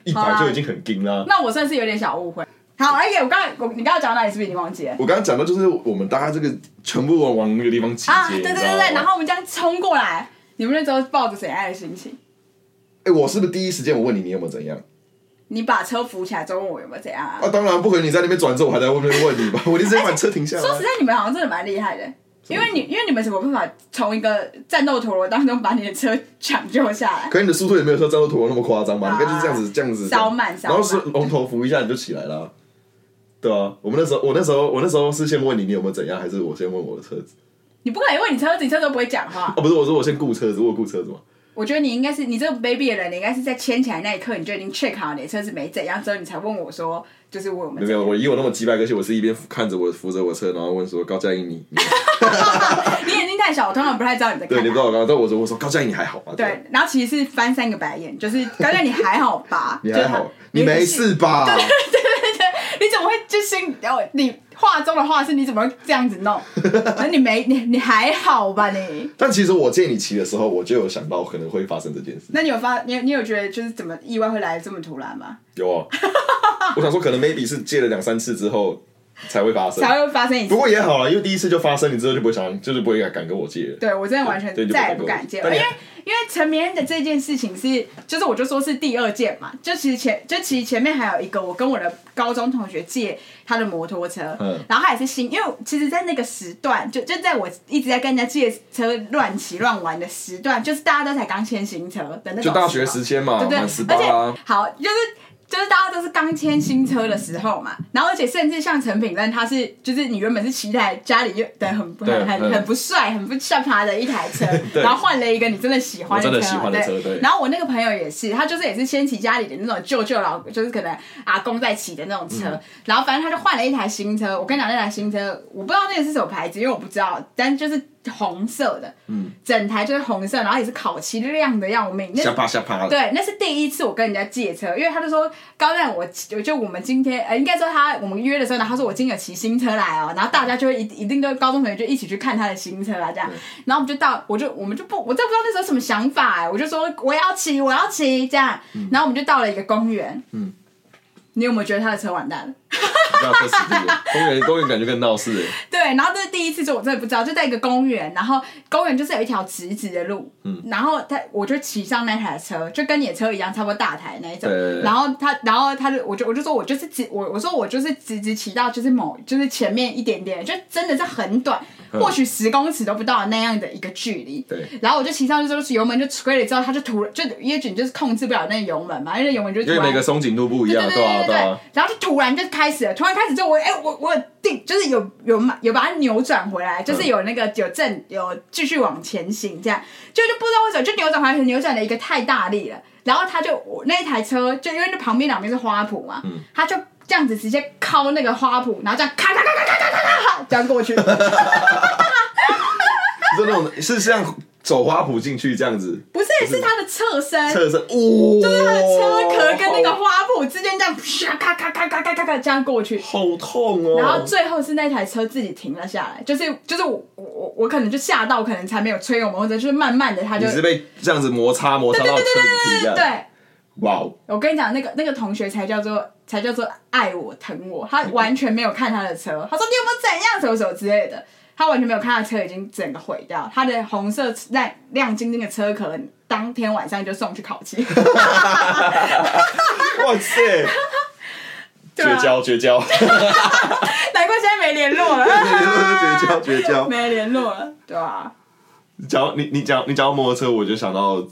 Speaker 3: 一百就已经很精啦、
Speaker 1: 那我算是有点小误会。好，而且我刚才我你刚刚讲到哪里，是不是已经忘记了？
Speaker 3: 我刚刚讲到就是我们大家这个全部往往那个地方集结，
Speaker 1: 啊，对
Speaker 3: 你
Speaker 1: 对
Speaker 3: 知
Speaker 1: 对
Speaker 3: 道吗
Speaker 1: 对，然后我们这样冲过来，你们那时候抱着谁爱的心情？
Speaker 3: 哎、我是不是第一时间我问你，你有没有怎样？
Speaker 1: 你把车扶起来之后问我有没有怎样啊？
Speaker 3: 啊，当然不可能！你在那边转之后，我还在外面问你吧，我就直接
Speaker 1: 哎
Speaker 3: 把车停下来。
Speaker 1: 说实在，你们好像真的蛮厉害的，因为你因为你们怎么办法从一个战斗陀螺当中把你的车抢救下来？
Speaker 3: 可是你的速度也没有说战斗陀螺那么夸张吧？
Speaker 1: 啊
Speaker 3: 你看就是这样子，这样子，
Speaker 1: 稍慢稍
Speaker 3: 然
Speaker 1: 慢
Speaker 3: 后是龙头扶一下你就起来了啊、对啊。我们那时候，我那时候，我那时候是先问你你有没有怎样，还是我先问我的车子？
Speaker 1: 你不可能问你车子，你车子都不会讲话
Speaker 3: 啊，。不是，我说我先雇车子，我有雇车子嘛。
Speaker 1: 我觉得你应该是你这个 baby 的人，你应该是在牵起来那一刻，你就已经 check 好你的车子没怎样之后，你才问我说，就是问我们
Speaker 3: 没有，我以我那么几百个，而且我是一边看着我扶着我车，然后问说高佳怡你，你
Speaker 1: 你眼睛太小，我通常不太知道 你在
Speaker 3: 对，
Speaker 1: 看
Speaker 3: 你不知
Speaker 1: 哪。
Speaker 3: 道我刚刚，但我说我说高佳怡你还好吗？
Speaker 1: 对，然后其实是翻三个白眼，就是刚才你还好吧？
Speaker 3: 你
Speaker 1: 就是
Speaker 3: 还
Speaker 1: 他
Speaker 3: 好，你没？ 事吧？
Speaker 1: 你怎么会就心哦？你话中的话是你怎么会这样子 弄？那你没你你还好吧你？
Speaker 3: 但其实我借你骑的时候，我就有想到可能会发生这件事。
Speaker 1: 那你有发你有你有觉得就是怎么意外会来的这么突然吗？
Speaker 3: 有 啊，我想说可能 maybe 是借了两三次之后才会发生，
Speaker 1: 才会发生一次
Speaker 3: 不。过也好了，因为第一次就发生，你之后就不会想，就是不会敢敢跟我借了。
Speaker 1: 对我真的完全
Speaker 3: 对就不
Speaker 1: 再也
Speaker 3: 敢
Speaker 1: 不
Speaker 3: 跟我
Speaker 1: 敢见，因
Speaker 3: 但
Speaker 1: 为
Speaker 3: 你
Speaker 1: 因为陈明恩的这件事情是，就是我就说是第二件嘛，就其实前就其实前面还有一个，我跟我的高中同学借他的摩托车，
Speaker 3: 嗯
Speaker 1: 然后他也是新，因为其实，在那个时段，就就在我一直在跟人家借车乱骑乱玩的时段，就是大家都才刚签新车的那种，
Speaker 3: 就大学时间嘛，
Speaker 1: 对对，
Speaker 3: 满十八啊
Speaker 1: 而
Speaker 3: 啦
Speaker 1: 且，好，就是就是大家都是刚签新车的时候嘛，然后而且甚至像陈品任，他是就是你原本是骑一台家里又对很
Speaker 3: 对
Speaker 1: 很很
Speaker 3: 嗯，
Speaker 1: 很不帅、很不下趴的一台车
Speaker 3: 对
Speaker 1: 然后换了一个你真的喜欢的车，
Speaker 3: 我真的喜欢的车对
Speaker 1: 然后我那个朋友也是，他就是也是先骑家里的那种舅舅老，就是可能阿公在骑的那种
Speaker 3: 嗯
Speaker 1: 车，然后反正他就换了一台新车。我跟你讲，那台新车我不知道那个是什么牌子，因为我不知道，但就是红色的，嗯，整台就是红色，然后也是烤漆亮的要命，那
Speaker 3: 吓趴吓趴的。
Speaker 1: 对，那是第一次我跟人家借车，因为他就说高亮我我就我们今天呃应该说他我们约的时候，然后他说我今天有骑新车来哦，然后大家就会一一定都高中同学就一起去看他的新车啊这样，然后我们就到我就我们就不我真不知道那时候什么想法哎、我就说我要骑我要骑这样，然后我们就到了一个公园，
Speaker 3: 嗯，
Speaker 1: 你有没有觉得他的车完蛋了？
Speaker 3: 不要车死定了，公园公园感觉更 闹事哎。
Speaker 1: 对，然后这是第一次，就我真的不知道，就在一个公园，然后公园就是有一条直直的路，嗯，然后他我就骑上那台车，就跟你的车一样，差不多大台那一种，
Speaker 3: 对对对
Speaker 1: 然后他，然后他就，我就我就说我就是直，我我说我就是直直骑到就是某就是前面一点点，就真的是很短，
Speaker 3: 嗯
Speaker 1: 或许十公尺都不到的那样的一个距离，
Speaker 3: 对
Speaker 1: 然后我就骑上去之后油门就吹了之后，他就突然就因为你就是控制不了那个油门嘛，因为油门就突
Speaker 3: 因为
Speaker 1: 然
Speaker 3: 每个松紧度不一样，
Speaker 1: 对
Speaker 3: 吧？
Speaker 1: 对
Speaker 3: 对啊。
Speaker 1: 然后就突然就开始了，突然开始之后我，哎、我我有定，就是有有马有把它扭转回
Speaker 3: 嗯
Speaker 1: 来，就是有那个有正有继续往前行，这样就就不知道为什么就扭转回来，扭转了一个太大力了，然后他就我那一台车就因为那旁边两边是花圃嘛，
Speaker 3: 嗯
Speaker 1: 他就这样子直接敲那个花圃，然后这样咔咔咔咔咔咔咔咔这样过去，
Speaker 3: 就那种是像走花圃进去这样子，
Speaker 1: 不是是他的侧身，
Speaker 3: 侧哦身，哇，
Speaker 1: 就是他的哎啊车壳跟那个花圃之间这样啪咔咔咔咔咔咔咔这样过去，
Speaker 3: 好痛哦。
Speaker 1: 然后最后是那台车自己停了下来，就是就是我我我可能就吓到，可能才没有吹油门，或者就是慢慢的它就
Speaker 3: 你是被这样子摩擦摩擦
Speaker 1: 对
Speaker 3: 到
Speaker 1: 对
Speaker 3: 车
Speaker 1: 对
Speaker 3: 子
Speaker 1: 对
Speaker 3: 皮
Speaker 1: 对
Speaker 3: 这
Speaker 1: 对
Speaker 3: 样，，哇哦，
Speaker 1: 我跟你讲，那个那个同学才叫做才叫做爱我疼我，他完全没有看他的车，他说你有没有怎样什么什么之类的，他完全没有看他的车已经整个毁掉，他的红色亮亮晶晶的车壳当天晚上就送去烤漆，
Speaker 3: 哇塞，
Speaker 1: 对啊
Speaker 3: 绝交绝交，
Speaker 1: 难怪现在没联络了，啊
Speaker 3: 绝交绝交。
Speaker 1: 没联络了，对啊。
Speaker 3: 讲到你你讲你讲到摩托车，我就想到，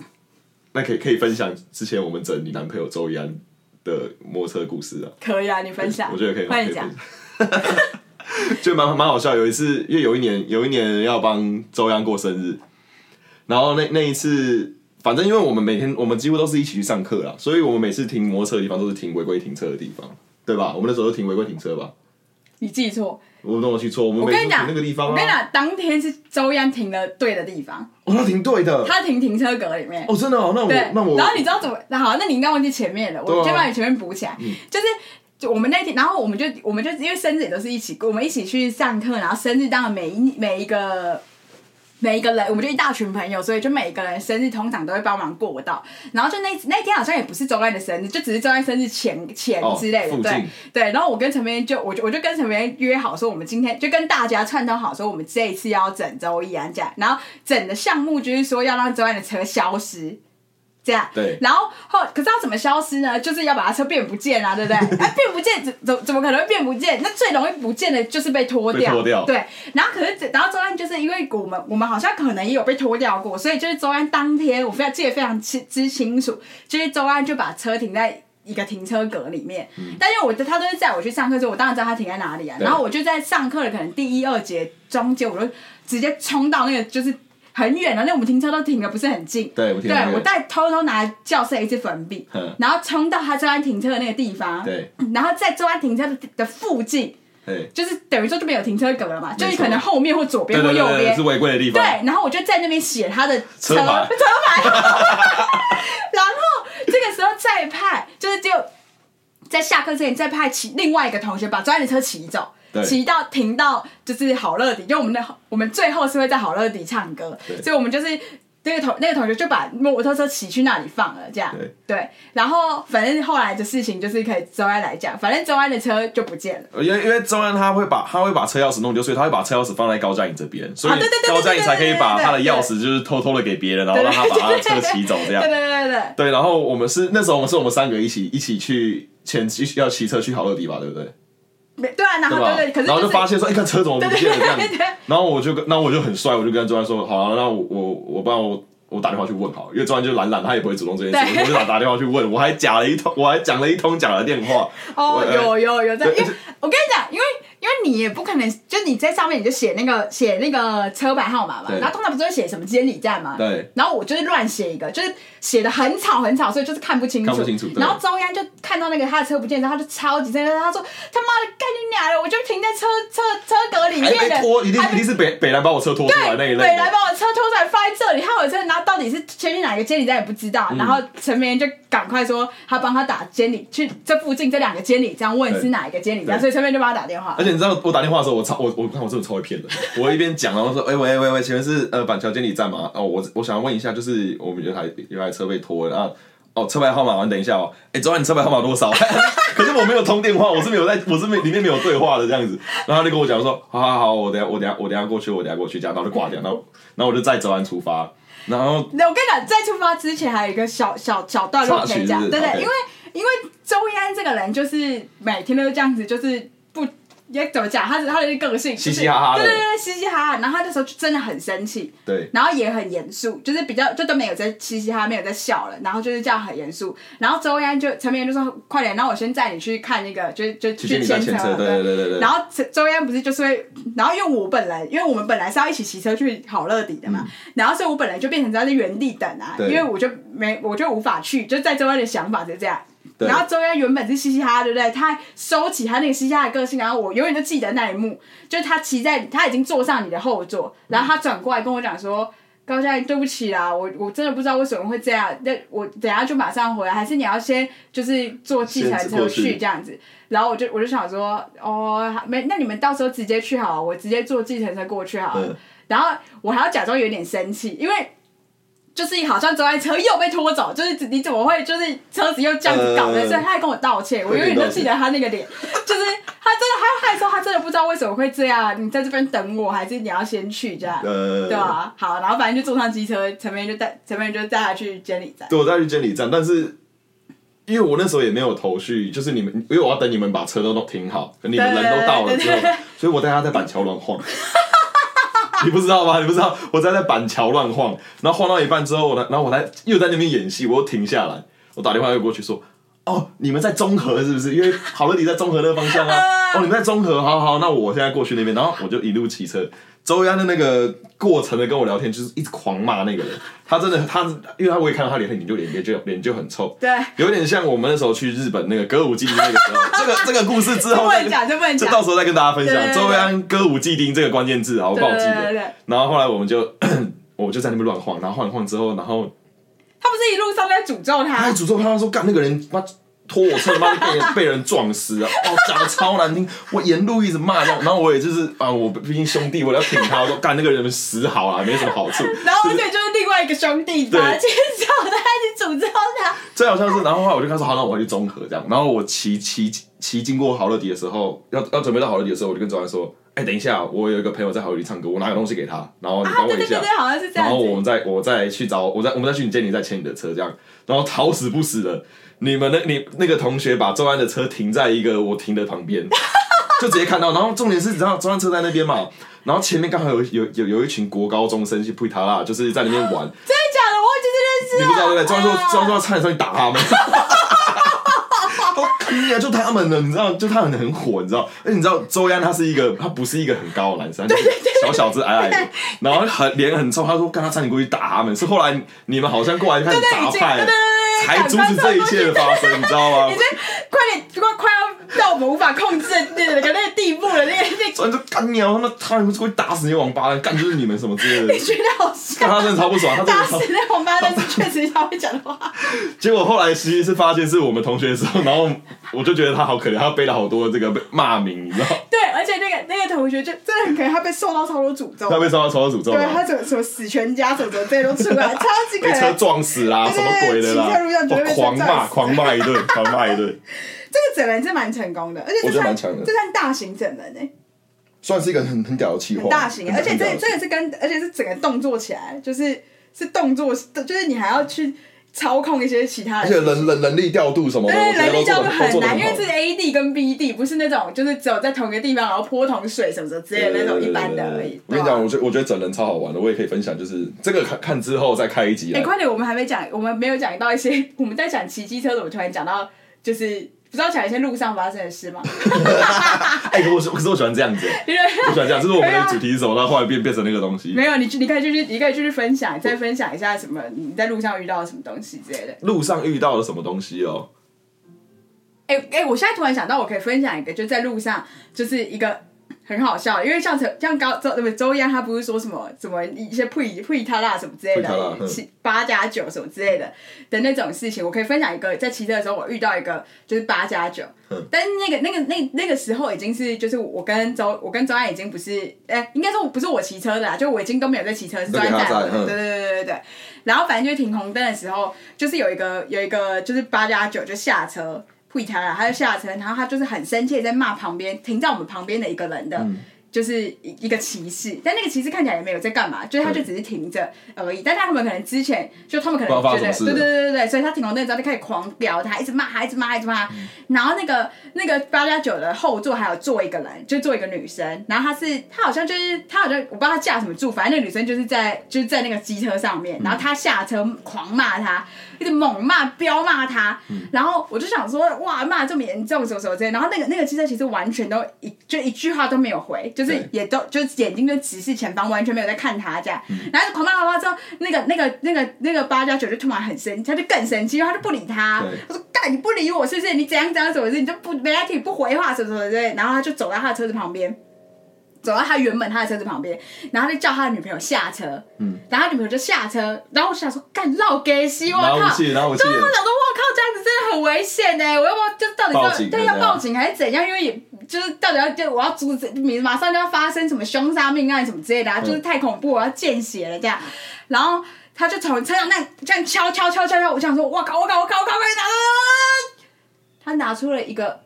Speaker 3: 那可以可以分享之前我们整你男朋友周怡安的摩托车故事啊，
Speaker 1: 可以啊，你分享，
Speaker 3: 我觉得可以，
Speaker 1: 换
Speaker 3: 可
Speaker 1: 你
Speaker 3: 以
Speaker 1: 讲
Speaker 3: 分，享 就蛮蛮好笑。有一次，因为有一年有一年要帮周洋过生日，然后那那一次，反正因为我们每天我们几乎都是一起去上课啦，所以我们每次停摩托车的地方都是停违规停车的地方，对吧？我们那时候都停违规停车吧。
Speaker 1: 你记错，
Speaker 3: 我怎么去错？我们
Speaker 1: 我
Speaker 3: 每
Speaker 1: 跟
Speaker 3: 次
Speaker 1: 你
Speaker 3: 停
Speaker 1: 讲，
Speaker 3: 那个地方
Speaker 1: 我跟你
Speaker 3: 啊，
Speaker 1: 讲，当天是周央停了对的地方，
Speaker 3: 哦，那停对的，
Speaker 1: 他停停车格里面。
Speaker 3: 哦，真的哦，那我
Speaker 1: 对，
Speaker 3: 那我，
Speaker 1: 然后你知道怎么？那好，那你应该忘记前面了，
Speaker 3: 对
Speaker 1: 我
Speaker 3: 啊
Speaker 1: 先把你前面补起来。就是就我们那天，然后我们就我们就因为生日也都是一起过，我们一起去上课，然后生日当然每一每一个。每一个人，我们就一大群朋友，所以就每一个人生日通常都会帮忙过到。然后就那那天好像也不是周安的生日，就只是周安生日前前
Speaker 3: 哦
Speaker 1: 之类的，
Speaker 3: 附近
Speaker 1: 对对。然后我跟陈明就我就我就跟陈明约好说，我们今天就跟大家串通好说，我们这一次要整周易安这样，然后整的项目就是说要让周安的车消失。这样，
Speaker 3: 对
Speaker 1: 然后后可是要怎么消失呢？就是要把他车变不见啊，对不 对？啊，变不见怎怎怎么可能会变不见？那最容易不见的就是被拖掉，
Speaker 3: 被拖掉
Speaker 1: 对。然后可是然后周安就是因为我们我们好像可能也有被拖掉过，所以就是周安当天我非常记得非常清之清楚，就是周安就把车停在。一个停车格里面，但因为我他都是载我去上课，所以我当然知道他停在哪里啊。
Speaker 3: 嗯对
Speaker 1: 然后我就在上课的可能第一二节中间，我就直接冲到那个就是很远的，啊那我们停车都停的不是很近，
Speaker 3: 对，我停
Speaker 1: 对，我
Speaker 3: 带，
Speaker 1: 带偷偷拿教室的一支粉笔，
Speaker 3: 嗯
Speaker 1: 然后冲到他周安停车的那个地方，嗯
Speaker 3: 对，
Speaker 1: 然后在周安停车的的附近，
Speaker 3: 对，
Speaker 1: 就是等于说就没有停车格了嘛，
Speaker 3: 错
Speaker 1: 就是可能后面或左边
Speaker 3: 对
Speaker 1: 或
Speaker 3: 对
Speaker 1: 右
Speaker 3: 对对，
Speaker 1: 边
Speaker 3: 是，违规的地方，
Speaker 1: 对，然后我就在那边写他的车
Speaker 3: 车牌
Speaker 1: 车牌 然后这个时候再派，就是就在下课之前再派骑另外一个同学把专业的车骑走
Speaker 3: 对。
Speaker 1: 骑到停到就是好乐迪，就我们的我们最后是会在好乐迪唱歌，
Speaker 3: 对
Speaker 1: 所以我们就是那个同那个同学就把摩托车骑去那里放了，这样
Speaker 3: 对
Speaker 1: 然后反正后来的事情就是可以周安来讲，反正周安的车就不见了。
Speaker 3: 因为因为周安他会把他会把车钥匙弄丢，所以他会把车钥匙放在高佳颖这边，所以
Speaker 1: 啊对对对对
Speaker 3: 高佳颖才可以把他的
Speaker 1: 对对对
Speaker 3: 钥匙就是偷偷的给别人，然后让他把他的车骑走这样
Speaker 1: 对。对对对对，
Speaker 3: 对，然后我们是那时候我们是我们三个一起一起去前期要骑车去好乐迪吧，对不对？
Speaker 1: 没对啊，然后
Speaker 3: 对吧？
Speaker 1: 对对，可是
Speaker 3: 然后就是发现说，哎、看车怎么不见了这样
Speaker 1: 对对对对
Speaker 3: 子。然后我就跟，那我就很帅，我就跟周安说，好、啊，那我我我帮我我打电话去问好了，因为周安就懒懒，他也不会主动这件事，
Speaker 1: 对
Speaker 3: 我就打打电话去问，我还讲了一通，我还讲了一通讲了电话。
Speaker 1: 哦
Speaker 3: 我，哎
Speaker 1: 有有有这，
Speaker 3: 对
Speaker 1: 因为我跟你讲，因为因为你也不可能，就你在上面你就写那个写那个车牌号码嘛，
Speaker 3: 对
Speaker 1: 然后通常不是会写什么监理站嘛，
Speaker 3: 对。
Speaker 1: 然后我就是乱写一个，就是写的很吵很吵，所以就是看不清楚。
Speaker 3: 看不清楚对
Speaker 1: 然后周央就看到那个他的车不见，然后他就超级生气，他说：“他妈的，干你娘的！我就停在车车车格里
Speaker 3: 还
Speaker 1: 面的，
Speaker 3: 没哎拖，一定
Speaker 1: 还
Speaker 3: 一定是北北兰把我车拖出来那
Speaker 1: 对，
Speaker 3: 一类
Speaker 1: 北来
Speaker 3: 的。
Speaker 1: 把我车拖出来放在这里，害我的车，然后到底是先去哪个监理站也不知
Speaker 3: 嗯
Speaker 1: 道。然后陈明就赶快说他帮他打监理，去这附近这两个监理站问是哪一个监理站，
Speaker 3: 对
Speaker 1: 所以陈明就帮他打电话
Speaker 3: 而。且你知道我打电话的时候，我超我我看我真的超会骗的。我一边讲，然后说，哎、喂喂喂，请问是呃板桥监理站吗？哦，我我想问一下，就是我们有台有台车被拖了啊。哦，车牌号码，你等一下哦。哎、周安，你车牌号码多少？ 可是我没有通电话，我是没有在，我是没里面没有对话的这样子。然后他就跟我讲说，好好好，我等一下我等一下我等一下过去，我等一下过去这样，然后就挂掉。然后然后我就载周安出发，然后
Speaker 1: 那我跟你讲，在出发之前还有一个小小小段落可以讲，
Speaker 3: 哦插曲是不是
Speaker 1: 对不对？
Speaker 3: OK
Speaker 1: 因为因为周一安这个人就是每天都这样子，就是不也怎么讲，他是他的个性，就是
Speaker 3: 嘻嘻哈哈的
Speaker 1: 对对对，嘻嘻哈哈。然后他那时候就真的很生气，
Speaker 3: 对
Speaker 1: 然后也很严肃，就是比较就都没有在嘻嘻哈，哈，没有在笑了，然后就是这样很严肃。然后周安就陈明就说：“快点，那我先载你去看那个，就就
Speaker 3: 去监理站牵车，对对对对对。
Speaker 1: 然后周周安不是就是会，然后因为我本来，因为我们本来是要一起骑车去好乐迪的嘛，然后所以我本来就变成在那原地等啊，因
Speaker 3: 嗯对
Speaker 1: 为我就没我就无法去，就在周安的想法是这样。
Speaker 3: 对
Speaker 1: 然后周安原本是嘻嘻哈哈，对不对？他收起他那个嘻嘻哈哈的个性，然后我永远都记得那一幕，就是他骑在他已经坐上你的后座，
Speaker 3: 嗯
Speaker 1: 然后他转过来跟我讲说。高佳怡，对不起啦，我我真的不知道为什么会这样。那我等一下就马上回来，还是你要先就是坐计程
Speaker 3: 先
Speaker 1: 车
Speaker 3: 过去
Speaker 1: 去这样子？然后我就我就想说，哦，没，那你们到时候直接去好了，我直接坐计程车过去好了。
Speaker 3: 嗯
Speaker 1: 然后我还要假装有点生气，因为就是好像周安车又被拖走，就是你怎么会就是车子又这样子搞的？
Speaker 3: 呃
Speaker 1: 所以他还跟我道歉，我永远都记得他那个脸， 就是他真的他还说他真的不知道为什么会这样，你在这边等我，还是你要先去这样？
Speaker 3: 呃，
Speaker 1: 对啊，好，然后反正就坐上机车，陈明就带陈明就带他去监理站。
Speaker 3: 对，我再去监理站，但是因为我那时候也没有头绪，就是你们，因为我要等你们把车都弄停好，你们人都到了
Speaker 1: 对
Speaker 3: 之
Speaker 1: 对
Speaker 3: 后
Speaker 1: 对对，
Speaker 3: 所以我带他在板桥乱晃。 你不知道吗？你不知道，我在在板桥乱晃，然后晃到一半之后，我呢，然后我在又在那边演戏，我又停下来，我打电话又过去说，哦，你们在中和是不是？因为好乐迪在中和那个方向啊。哦，你们在中和，好好，那我现在过去那边，然后我就一路骑车周一安的那个过程的跟我聊天，就是一直狂骂那个人。他真的，他因为他我也看到他脸很，就脸脸就脸就很臭，
Speaker 1: 对，
Speaker 3: 有点像我们那时候去日本那个歌舞伎町那个时候。这个这个故事之
Speaker 1: 这
Speaker 3: 后
Speaker 1: 不
Speaker 3: 再
Speaker 1: 能
Speaker 3: 跟，
Speaker 1: 讲，这不能
Speaker 3: 这
Speaker 1: 讲。
Speaker 3: 到时候再跟大家分
Speaker 1: 对对
Speaker 3: 享。
Speaker 1: 对
Speaker 3: 周一安歌舞伎町这个关键字，啊好，我
Speaker 1: 对
Speaker 3: 帮我记
Speaker 1: 对对对
Speaker 3: 得。然后后来我们就 我就在那边乱晃，然后晃一晃之后，然后
Speaker 1: 他不是一路上在诅咒
Speaker 3: 他还
Speaker 1: 他，
Speaker 3: 诅咒他说：“干那个人妈拖我车，妈被人被人撞死啊！” 哦，讲的超难听，我沿路一直骂这样。然后我也就是啊，我毕竟兄弟，我要挺他。我说：“干那个人死好啊，没什么好处。
Speaker 1: 然后而且就是另外一个兄弟
Speaker 3: 对
Speaker 1: 把他介绍他一直诅咒他，”
Speaker 3: 最好像是，然后后来我就跟他说：“好，那我回去综合这样。”然后我骑骑骑经过好乐迪的时候，要要准备到好乐迪的时候，我就跟周安说：“哎、等一下，我有一个朋友在好乐迪唱歌，我拿个东西给他，然后你
Speaker 1: 啊，
Speaker 3: 帮我
Speaker 1: 对对
Speaker 3: 一下。
Speaker 1: 对对，好像是这
Speaker 3: 然
Speaker 1: 样
Speaker 3: 后
Speaker 1: 子。
Speaker 3: 我们再我再去找我再我们再去你店里再签你的车这样，然后好死不死的，你们那你那个同学把周安的车停在一个我停的旁边，就直接看到，然后重点是你知道周安车在那边嘛，然后前面刚好有有有有一群国高中生去布塔拉，就是在那边玩，你
Speaker 1: 真的假的？我忘记这件事了。
Speaker 3: 不知道对不对？周安说
Speaker 1: 啊
Speaker 3: 周安说他差点上去打他们。好可以啊，就他们了，你知道，就他们很火，你知道，哎而且你知道周安他是一个，他不是一个很高的男生，他就是小小只矮矮的，然后很脸很臭，他说跟他差点过去打他们，是后来你们好像过来开始
Speaker 1: 对
Speaker 3: 砸
Speaker 1: 已经对
Speaker 3: 派
Speaker 1: 对对对，
Speaker 3: 才阻止这一切的发 生，你知道吗
Speaker 1: 已？经快点，快快要到我们无法控制的那个那个地步了，那个那
Speaker 3: 所以就干你啊！他们他们过去打死你王八蛋，干 就是你们什么之类的
Speaker 1: 你，觉得好笑
Speaker 3: 干。他真的超不爽，他真
Speaker 1: 打
Speaker 3: 的超
Speaker 1: 死。那王八蛋是确实他会讲的话，
Speaker 3: 结果后来其实是发现是我们同学的时候，然后我就觉得他好可怜，他背了好多这个被骂名，你知道，
Speaker 1: 对，而且那个那个同学就真的很可怜，他被受到超多诅咒，
Speaker 3: 他被烧到超到诅咒
Speaker 1: 对
Speaker 3: 了
Speaker 1: 他。什么什么死全家什么什么这些都出来，超级可
Speaker 3: 被车
Speaker 1: 怜。
Speaker 3: 撞死啦，
Speaker 1: 对
Speaker 3: 什
Speaker 1: 对
Speaker 3: 么
Speaker 1: 对
Speaker 3: 鬼的啦
Speaker 1: 骑在路上，绝对被车
Speaker 3: 哦狂
Speaker 1: 撞
Speaker 3: 骂
Speaker 1: 死
Speaker 3: 狂骂一 顿，狂骂一顿，
Speaker 1: 这个整人是蛮成功的，而且
Speaker 3: 我
Speaker 1: 这
Speaker 3: 觉得
Speaker 1: 算
Speaker 3: 蛮强的
Speaker 1: 这算大型整人哎，
Speaker 3: 算是一个很很屌的气
Speaker 1: 很大型，而且这这个是跟而且是整个动作起来，就是是动作，就是你还要去操控一些其他人，
Speaker 3: 人人人力调度什么
Speaker 1: 对，人力教育很难，因为是
Speaker 3: 这
Speaker 1: A D 跟 B D，不是那种就是只有在同一个地方然后泼同水什么什么之类的那种一般的而已。
Speaker 3: 我
Speaker 1: 对
Speaker 3: 跟你
Speaker 1: 啊
Speaker 3: 讲，我觉得我觉得整人超好玩的，我也可以分享，就是这个看看之后再开一集
Speaker 1: 哎、
Speaker 3: 来。
Speaker 1: 快点，我们还没讲，我们没有讲到一些，我们在讲骑机车的，我们突然讲到就是不知道讲一些路上发生的事吗？
Speaker 3: 哎，可我可是我喜欢这样子，
Speaker 1: 因为
Speaker 3: 我喜欢这样，就是我们
Speaker 1: 对啊
Speaker 3: 的主题是什么，然后后来变变成那个东西。
Speaker 1: 没有你去，你可以继续，你可以继续分享，再分享一下什么你在路上遇到的什么东西之类的。
Speaker 3: 路上遇到了什么东西哦？
Speaker 1: 哎、哎、我现在突然想到，我可以分享一个，就在路上，就是一个很好笑的，因为像陈像高周不周央，他不是说什么什么一些配配他啦什么之类
Speaker 3: 配他啦
Speaker 1: 的
Speaker 3: 嗯，
Speaker 1: 七八加九什么之类的的那种事情，我可以分享一个，在骑车的时候我遇到一个就是八加九
Speaker 3: 嗯，
Speaker 1: 但是那个那个那那个时候已经是就是我跟周我跟周安已经不是，哎、应该说不是我骑车的啦，就我已经都没有在骑车，是周
Speaker 3: 都给
Speaker 1: 安
Speaker 3: 他
Speaker 1: 载我
Speaker 3: 载嗯
Speaker 1: 的，对对对对对。然后反正就是停红灯的时候，就是有一个有一个就是八加九就下车，不理他了，他就下车，然后他就是很生气地在骂旁边停在我们旁边的一个人的。
Speaker 3: 嗯
Speaker 1: 就是一一个骑士，但那个骑士看起来也没有在干嘛，就是他就只是停着而已。但他们可能之前就他们可
Speaker 3: 不知道
Speaker 1: 能
Speaker 3: 发
Speaker 1: 觉得，
Speaker 3: 生什
Speaker 1: 对
Speaker 3: 么事
Speaker 1: 对对对对，所以他停红灯之后就开始狂飙他，一直骂他，一直骂他，一直骂他。然后那个那个八加九的后座还有坐一个人，就坐一个女生，然后她是她好像就是她好像我不知道她嫁什么住，反正那个女生就是在就是在那个机车上面，然后她下车狂骂她，一直猛骂彪骂她，然后我就想说哇骂得这么严重什么什么之类，然后那个那个机车其实完全都一就一句话都没有回，就是
Speaker 3: 对
Speaker 1: 也都就是眼睛就直视前方，完全没有在看她这样，然后狂骂狂骂之后，那个那个那个那个八加九就突然很生气，他就更生气，因为他就不理他
Speaker 3: 对，
Speaker 1: 他说干你不理我是不是？你怎样怎样怎么事，你就不没来听不回话什么什么之类的，然后他就走到他的车子旁边。走到他原本他的车子旁边，然后他就叫他的女朋友下车，嗯，然后他女朋友就下车，然后我就想说，干绕给希望
Speaker 3: 拿武
Speaker 1: 靠，
Speaker 3: 器，拿武器
Speaker 1: 对，，我想说，我靠，这样子真的很危险呢。我要不要就到底
Speaker 3: 报
Speaker 1: 要
Speaker 3: 警
Speaker 1: 对
Speaker 3: 还是
Speaker 1: 要
Speaker 3: 怎样
Speaker 1: 报警还是怎样？因为也就是到底要就我要阻止，你马上就要发生什么凶杀命案什么之类的、啊，就是太恐怖，我要见血了这样。然后他就从车上那这样敲敲敲敲敲，我想说，我靠，我靠，我靠，我靠，快拿出来！他拿出了一个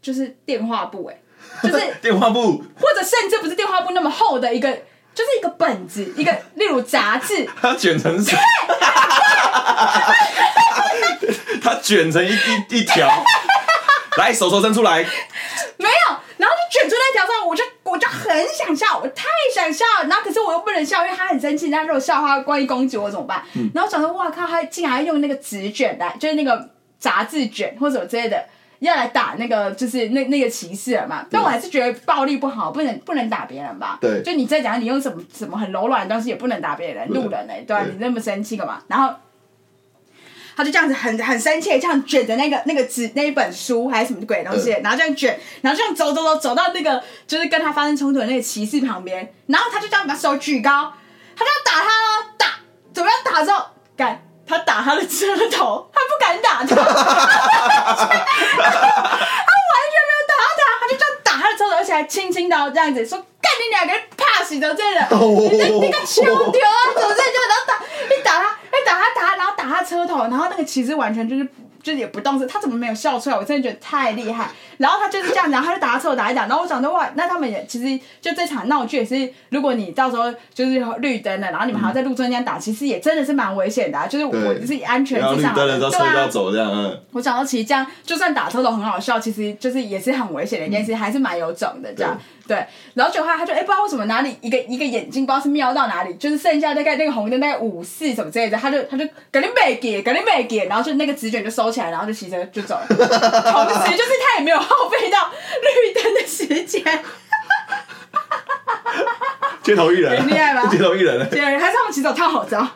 Speaker 1: 就是电话簿，哎，就是
Speaker 3: 电话簿，
Speaker 1: 或者甚至不是电话簿那么厚的一个，就是一个本子，一个例如杂志。
Speaker 3: 他卷成 什么？他卷成一一一条，来手手伸出来，
Speaker 1: 没有，然后就卷出那条之后，我就我就很想笑，我太想笑了，然后可是我又不能笑，因为他很生气，那如果笑的话，万一攻击我怎么办？
Speaker 3: 嗯
Speaker 1: 然后我想说，哇靠，他竟然还用那个纸卷来，就是那个杂志卷或者什么之类的。要来打那个就是那那个歧视了嘛。但我还是觉得暴力不好，不能不能打别人吧。
Speaker 3: 对
Speaker 1: 就你再讲你用什么什么很柔软的东西也不能打别人，
Speaker 3: 不能
Speaker 1: 路人哎、对啊，
Speaker 3: 对
Speaker 1: 你那么生气干嘛？然后。他就这样子很很生气，这样卷着那个那个纸那一本书还是什么鬼东西，然后这样卷，然后这样走走走走到那个就是跟他发生冲突的那个骑士旁边，然后他就这样把手举高，他就要打他了，打怎么样打之后，敢他打他的车头，他不敢打他，他完全没有打他，他就这样打他的车头，而且还轻轻的这样子说：“干你两个人怕死得这了，
Speaker 3: 啊
Speaker 1: 你这你个球丢啊，怎么这就然后打你打他，你打他打他，然后打他车头，然后那个骑士完全就是。”就是也不动声，他怎么没有笑出来？我真的觉得太厉害。然后他就是这样，然后他就打他车头打一打，然后我想说哇，那他们也其实就这场闹剧也是，如果你到时候就是绿灯了，然后你们还要在路中间打，其实也真的是蛮危险的、啊。就是我
Speaker 3: 对
Speaker 1: 就是以安全
Speaker 3: 然后
Speaker 1: 至
Speaker 3: 绿
Speaker 1: 上
Speaker 3: 灯了，之后车就
Speaker 1: 对啊
Speaker 3: 要，走这样，嗯，
Speaker 1: 我想到其实这样，就算打车都很好笑，其实就是也是很危险的一件事，还是蛮有种的这样。对，然后就他他就哎、不知道为什么哪里一个一个眼睛不知道是瞄到哪里，就是剩下大概那个红灯大概五四什么之类的，他就他就赶紧没给，赶紧没给，然后就那个纸卷就收起来，然后就骑车就走了。同时就是他也没有耗费到绿灯的时间，
Speaker 3: 街头艺人，
Speaker 1: 很厉害吧
Speaker 3: 街头艺人，
Speaker 1: 对，还是他们骑手套好招。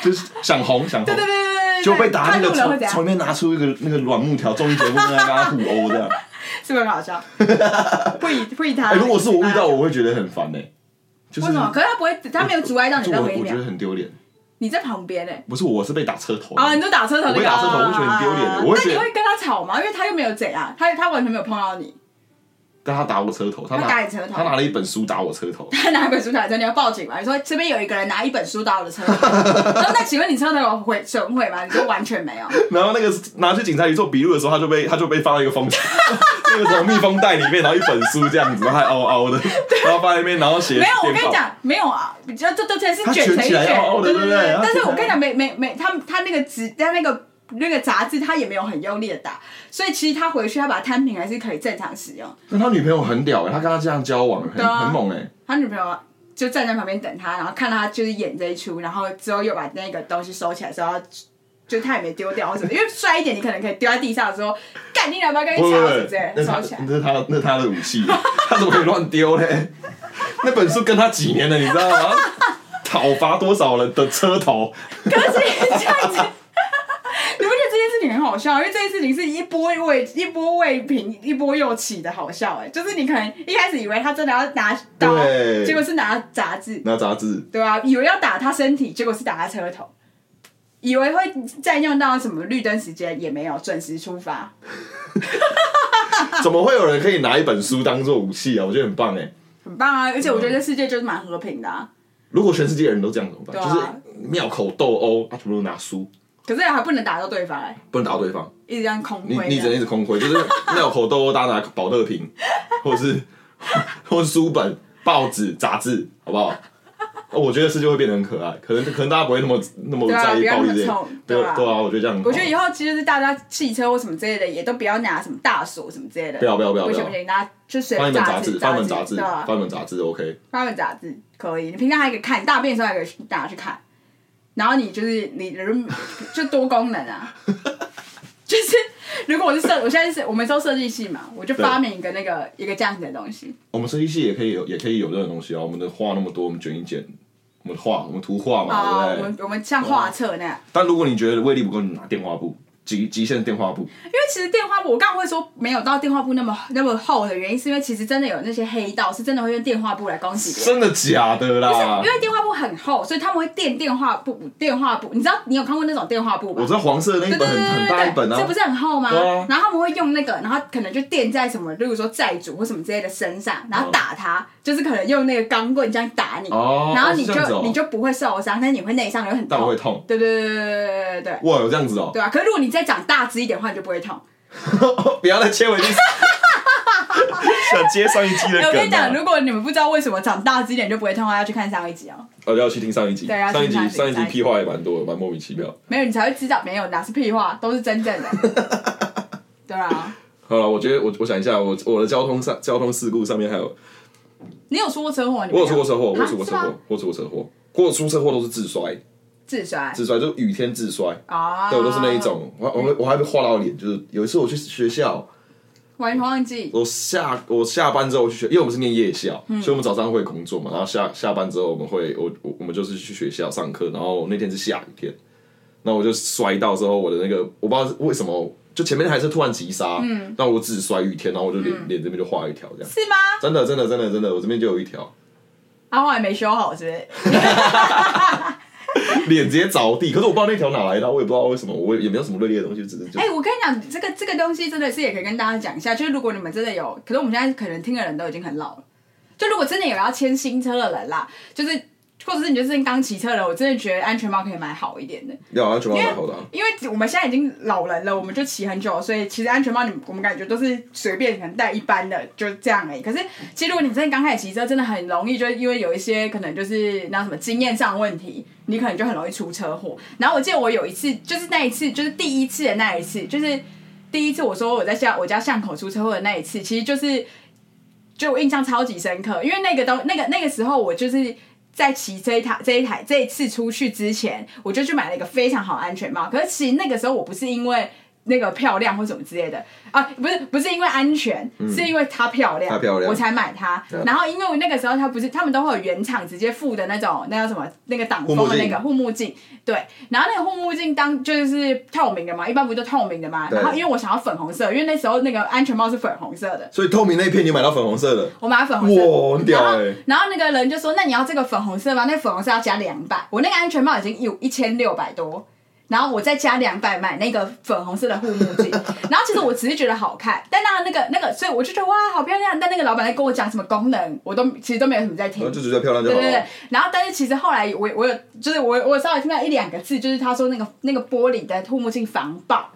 Speaker 3: 就是想红想红
Speaker 1: 对，对对对对对，
Speaker 3: 就被打那
Speaker 1: 看
Speaker 3: 个
Speaker 1: 路人会
Speaker 3: 从
Speaker 1: 怎
Speaker 3: 从里
Speaker 1: 样？
Speaker 3: 面拿出一个那个软木条，综艺节目在那跟他互殴这样。
Speaker 1: 是不是很好笑？会以会以他、
Speaker 3: 哎，如果是我 遇到，我会觉得很烦哎，就是
Speaker 1: 为什么？可是他不会，他没有阻碍到你
Speaker 3: 就
Speaker 1: 在
Speaker 3: 我
Speaker 1: 回
Speaker 3: 我觉
Speaker 1: 秒
Speaker 3: 得，很丢脸，
Speaker 1: 你在旁边呢、
Speaker 3: 不是我是被打车头的，
Speaker 1: 啊，你就打车头那
Speaker 3: 哦我
Speaker 1: 个
Speaker 3: 被
Speaker 1: 啊，
Speaker 3: 打车头我就觉得很丢脸的我会
Speaker 1: 那
Speaker 3: 觉
Speaker 1: 你
Speaker 3: 得
Speaker 1: 会跟他吵吗？因为他又没有怎样，他他完全没有碰到你，
Speaker 3: 但他打我车头，他
Speaker 1: 他打
Speaker 3: 拿
Speaker 1: 你车头
Speaker 3: 他拿了一本书打我车头，
Speaker 1: 他拿一本书来，说你要报警吗？你说哎这边有一个人拿一本书到我的车头，然后那请问你车头有毁损毁吗？你说完全没 有，
Speaker 3: 然后那个拿去警察局做笔录的时候，他就被他就被放到一个封 那个什么密封袋里面，然后一本书这样子，然后还凹凹 的，然后放在那边，然后写
Speaker 1: 没有，我跟
Speaker 3: 电
Speaker 1: 你
Speaker 3: 报
Speaker 1: 讲，没有啊，比较这这这是
Speaker 3: 他
Speaker 1: 卷
Speaker 3: 卷
Speaker 1: 成一
Speaker 3: 起来
Speaker 1: 卷
Speaker 3: 哦，哦
Speaker 1: 对
Speaker 3: 对
Speaker 1: 对
Speaker 3: 对对他
Speaker 1: 但是
Speaker 3: 卷
Speaker 1: 我
Speaker 3: 起
Speaker 1: 跟你
Speaker 3: 来
Speaker 1: 讲，没没没，他他那个纸，他那个那个杂志，他也没有很用力的打，所以其实他回去他把它摊平还是可以正常使用。
Speaker 3: 那他女朋友很屌哎、他跟他这样交往很、
Speaker 1: 对啊
Speaker 3: 很猛哎、
Speaker 1: 他女朋友就站在旁边等他，然后看他就是演这一出，然后之后又把那个东西收起来之后，就他也没丢掉或什么，因为摔一点你可能可以丢在地上的时候，干你要不要跟你
Speaker 3: 不
Speaker 1: 吵
Speaker 3: 不
Speaker 1: 什么
Speaker 3: 不
Speaker 1: 之类，的
Speaker 3: 那是他
Speaker 1: 收起来。
Speaker 3: 那是他那是他的武器， 他怎么可以乱丢嘞？ 那本书跟他几年了，你知道吗？ 讨伐多少人的车头？
Speaker 1: 可是这样子。你不觉得这件事情很好笑？因为这件事情是一波未一波未平，一波又起的好笑哎、就是你可能一开始以为他真的要拿刀，
Speaker 3: 对
Speaker 1: 结果是拿杂志，
Speaker 3: 拿杂志，
Speaker 1: 对啊，以为要打他身体，结果是打他车头，以为会占用到什么绿灯时间，也没有准时出发。
Speaker 3: 怎么会有人可以拿一本书当做武器啊？我觉得很棒哎、
Speaker 1: 很棒啊！而且我觉得这世界就是蛮和平的、啊，
Speaker 3: 如果全世界人都这样怎么办？
Speaker 1: 对啊
Speaker 3: 就是庙口斗殴，他全部都拿书，
Speaker 1: 可是还不能打到对方、欸，
Speaker 3: 不能打对方。
Speaker 1: 一直这样空
Speaker 3: 你
Speaker 1: 挥
Speaker 3: 你只能
Speaker 1: 的。
Speaker 3: 一直空挥，就是庙口斗殴，大家拿保 特瓶，或是 或是书本、报纸、杂志，好不好？哦我觉得世界会变得很可爱，可能可能大家不会那么那么
Speaker 1: 对啊
Speaker 3: 在意暴
Speaker 1: 不要
Speaker 3: 力这
Speaker 1: 那么
Speaker 3: 些
Speaker 1: 冲，
Speaker 3: 对
Speaker 1: 对啊
Speaker 3: 对啊，我觉得这样很好。
Speaker 1: 我觉得以后其实是大家汽车或什么之类的，也都不要拿什么大锁什么之类的。
Speaker 3: 不要不要不要
Speaker 1: 不行
Speaker 3: 不要
Speaker 1: 不行，拿就随
Speaker 3: 翻
Speaker 1: 便
Speaker 3: 一本杂志，
Speaker 1: 志，
Speaker 3: 翻一本
Speaker 1: 杂
Speaker 3: 杂志，
Speaker 1: 对啊
Speaker 3: 翻，一本杂志，OK。
Speaker 1: 翻一本杂志可以。你平常还可以看，你大便的时候还可以去拿去看。然后你就是你人就多功能 啊，就是如果我是设，我现在是我们都设计系嘛，我就
Speaker 3: 啊
Speaker 1: 发明一个那个一个这样子的东西。
Speaker 3: 我们设计系也可以有，也可以有这种东西啊。我们的画那么多，我们卷一卷，我们画，我们图画嘛，
Speaker 1: 啊，
Speaker 3: 哦
Speaker 1: 我
Speaker 3: 对不对
Speaker 1: 们？我们像画册那样。
Speaker 3: 但如果你觉得威力不够，你拿电话簿，极极限电话簿，
Speaker 1: 因为其实电话簿，我刚刚会说没有到电话簿那么那么厚的原因，是因为其实真的有那些黑道是真的会用电话簿来攻击别人。
Speaker 3: 真的假
Speaker 1: 不
Speaker 3: 的
Speaker 1: 是，
Speaker 3: 啦？
Speaker 1: 因为电话簿很厚，所以他们会垫电话簿，电话簿。你知道你有看过那种电话簿吗
Speaker 3: 我知？道黄色的那
Speaker 1: 对
Speaker 3: 一
Speaker 1: 对
Speaker 3: 本
Speaker 1: 对
Speaker 3: 很
Speaker 1: 对
Speaker 3: 很大一本
Speaker 1: 对，
Speaker 3: 啊，
Speaker 1: 这不是很厚吗？
Speaker 3: 对啊
Speaker 1: 然后他们会用那个，然后可能就垫在什么，例如说债主或什么之类的身上，然后打他，就是可能用那个钢棍这样打你，
Speaker 3: 哦
Speaker 1: 然后你
Speaker 3: 是
Speaker 1: 就
Speaker 3: 这样子哦
Speaker 1: 你就不会受伤，但是你会内伤，你会很
Speaker 3: 但
Speaker 1: 痛
Speaker 3: 我会。痛。
Speaker 1: 对对对对对对对对。
Speaker 3: 哇，有这样子哦、
Speaker 1: 对啊，可是如果你再长大只一点的话，你就不会痛。
Speaker 3: 不要再切回去。想接上一集的梗、啊
Speaker 1: 哎，我跟你讲，如果你们不知道为什么长大之前就不会痛的话，要去看上一集哦。
Speaker 3: 我就要去听上一集，
Speaker 1: 对要去
Speaker 3: 上一
Speaker 1: 听上一
Speaker 3: 集
Speaker 1: 集
Speaker 3: 上一集屁话也蛮多的，蛮莫名其妙。
Speaker 1: 没有，你才会知道，没有哪是屁话，都是真正的。 对啊，
Speaker 3: 好了，我觉得我我想一下，我我的交通上交通事故上面还有，
Speaker 1: 你有出过车祸？你
Speaker 3: 我
Speaker 1: 没
Speaker 3: 有出过车祸，我有
Speaker 1: 啊
Speaker 3: 出过车
Speaker 1: 是
Speaker 3: 祸
Speaker 1: 吗，
Speaker 3: 我有出过车祸，过出车祸都是自摔，
Speaker 1: 自摔
Speaker 3: 自摔就雨天自摔，
Speaker 1: 啊？
Speaker 3: 对我都是那一。种，我我我还被划到脸，就是有一次我去学校，
Speaker 1: 完全忘记。
Speaker 3: 我下我下班之后去学，因为我们是念夜校，
Speaker 1: 嗯
Speaker 3: 所以我们早上会工作嘛，然后下下班之后我们会我我我们就是去学校上课，然后那天是下雨天，那我就摔到之后我的那个我不知道为什么，就前面还是突然急刹，嗯，但我只摔雨天，然后我就
Speaker 1: 嗯
Speaker 3: 脸、脸这边就画一条这样，
Speaker 1: 是吗？
Speaker 3: 真的真的真的真的，我这边就有一条，
Speaker 1: 他后来没修好，是不是？
Speaker 3: 脸直接着地，可是我不知道那条哪来的，我也不知道为什么，我也没有什么锐利的东西，只是就
Speaker 1: 哎、我跟你讲，这个这个东西真的是也可以跟大家讲一下，就是如果你们真的有，可是我们现在可能听的人都已经很老了，就如果真的有要签新车的人啦，就是或者是你就是刚骑车的人，我真的觉得安全帽可以买好一点的，
Speaker 3: 要安全帽买好的啊、
Speaker 1: 因为我们现在已经老人了，我们就骑很久，所以其实安全帽你们我们感觉都是随便可能戴一般的，就这样而已。可是其实如果你真的刚开始骑车，真的很容易，就因为有一些可能就是那什么经验上的问题，你可能就很容易出车祸。然后我记得我有一次，就是那一次，就是第一次的那一次，就是第一次我说我在巷我家巷口出车祸的那一次，其实就是就我印象超级深刻，因为那个东那个那个时候我就是。在骑这一台这一台这一次出去之前，我就去买了一个非常好的安全帽。可是其实那个时候我不是因为那个漂亮或什么之类的啊，不是不是因为安全，是因为它漂亮，
Speaker 3: 嗯它漂亮
Speaker 1: 我才买它。
Speaker 3: 对
Speaker 1: 然后因为我那个时候它不是他们都会有原厂直接附的那种那叫什么那个挡
Speaker 3: 护目
Speaker 1: 风的那
Speaker 3: 镜
Speaker 1: 个护目镜，对。然后那个护目镜当就是透明的嘛，一般不就透明的嘛。
Speaker 3: 对
Speaker 1: 然后因为我想要粉红色，因为那时候那个安全帽是粉红色的，
Speaker 3: 所以透明那一片你买到粉红色的，
Speaker 1: 我买粉红色。
Speaker 3: 哇，很屌哎、
Speaker 1: 然后那个人就说：“那你要这个粉红色吗？那粉红色要加两百。我那个安全帽已经有一千六百多，然后我再加两百买那个粉红色的护目 镜。然后其实我只是觉得好看，但那那个那个，所以我就觉得哇，好漂亮。但那个老板在跟我讲什么功能，我都其实都没有什么在听
Speaker 3: 然后。就觉得漂亮就
Speaker 1: 对
Speaker 3: 好
Speaker 1: 对对
Speaker 3: 了。，
Speaker 1: 然后但是其实后来我我有就是我我稍微听到一两个字，就是他说那个那个玻璃的护目镜防爆，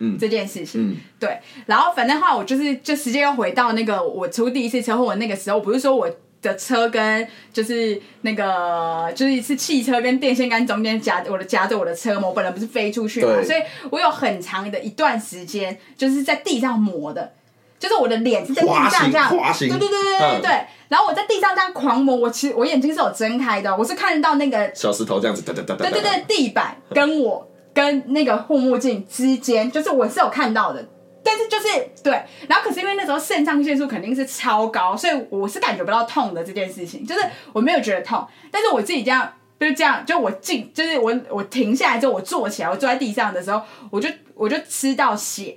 Speaker 3: 嗯
Speaker 1: 这件事情，
Speaker 3: 嗯，
Speaker 1: 对，然后反正后来我就是就直接又回到那个我出第一次车祸的那个时候，我不是说我的车跟就是那个就是是汽车跟电线杆中间夹我的夹着我的车嘛，我本来不是飞出去嘛，
Speaker 3: 对
Speaker 1: 所以我有很长的一段时间就是在地上磨的。就是我的脸是在地
Speaker 3: 滑
Speaker 1: 上
Speaker 3: 行
Speaker 1: 这样，
Speaker 3: 滑行
Speaker 1: 对对对对对
Speaker 3: 嗯
Speaker 1: 对。然后我在地上这样狂磨，我其实我眼睛是有睁开的，我是看得到那个
Speaker 3: 小石头这样子哒哒哒哒
Speaker 1: 对
Speaker 3: 哒，
Speaker 1: 对对，地板跟我跟那个护目镜之间，就是我是有看到的，但是就是对，然后可是因为那时候肾上腺素肯定是超高，所以我是感觉不到痛的这件事情，就是我没有觉得痛，但是我自己这样就是这样，就我进就是我我停下来之后，我坐起来，我坐在地上的时候，我就我就吃到血，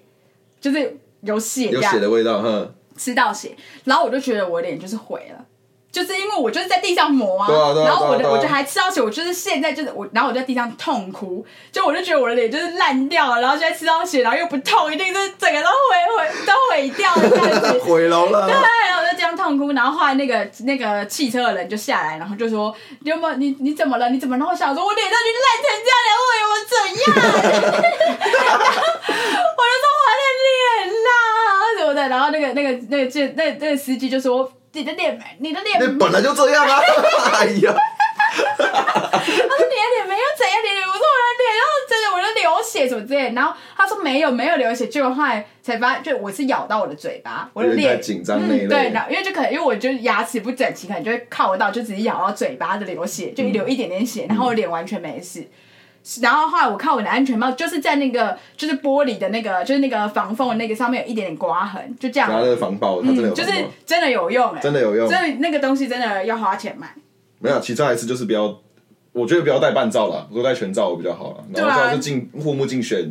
Speaker 1: 就是有血这
Speaker 3: 有
Speaker 1: 样
Speaker 3: 血的味道，哼，
Speaker 1: 吃到血，然后我就觉得我脸就是毁了。就是因为我就是在地上磨啊，
Speaker 3: 对啊对啊
Speaker 1: 然后我的、
Speaker 3: 对啊对啊
Speaker 1: 我就还吃到血，我就是现在就是我，然后我就在地上痛哭，就我就觉得我的脸就是烂掉了，然后现在吃到血，然后又不痛，一定是整个都毁毁都毁掉 了这样子。
Speaker 3: 毁容了
Speaker 1: 对，啊然后我就这样痛哭，然后后来那个那个汽车的人就下来，然后就说：“你有没有你你怎么了？你怎么了？”然后我想说，我脸都已经烂成这样了，我以为我怎样？ 我就说我的脸啦什么的，然后那个那个那个这那那个司机就说：“你的脸，你的脸，
Speaker 3: 那本来就这样啊！ 哎呀，
Speaker 1: 他说你的脸没有怎样，你的脸我说我的脸，然后真的我就流血什么之类的，然后他说没有没有流血，结果后来才发，就我是咬到我的嘴巴，我的
Speaker 3: 有点
Speaker 1: 脸
Speaker 3: 太紧张那一类
Speaker 1: 嗯，对，然后因为就可能因为我就是牙齿不整齐，可能就会靠到，就只是咬到嘴巴的流血，就流一点点血，然后我脸完全没事。然后后来我看我的安全帽，就是在那个就是玻璃的那个就是那个防风的那个上面有一点点刮痕，就这样
Speaker 3: 然，后那个防爆，它真的
Speaker 1: 嗯
Speaker 3: 有
Speaker 1: 就
Speaker 3: 防
Speaker 1: 是
Speaker 3: 爆，
Speaker 1: 真的有用哎、
Speaker 3: 真的有用。
Speaker 1: 所以那个东西真的要花钱买。
Speaker 3: 没有，啊其实还是就是不要，我觉得不要戴半罩啦，多戴全罩我比较好啦。
Speaker 1: 对
Speaker 3: 然
Speaker 1: 啊
Speaker 3: 后最好是进护目镜选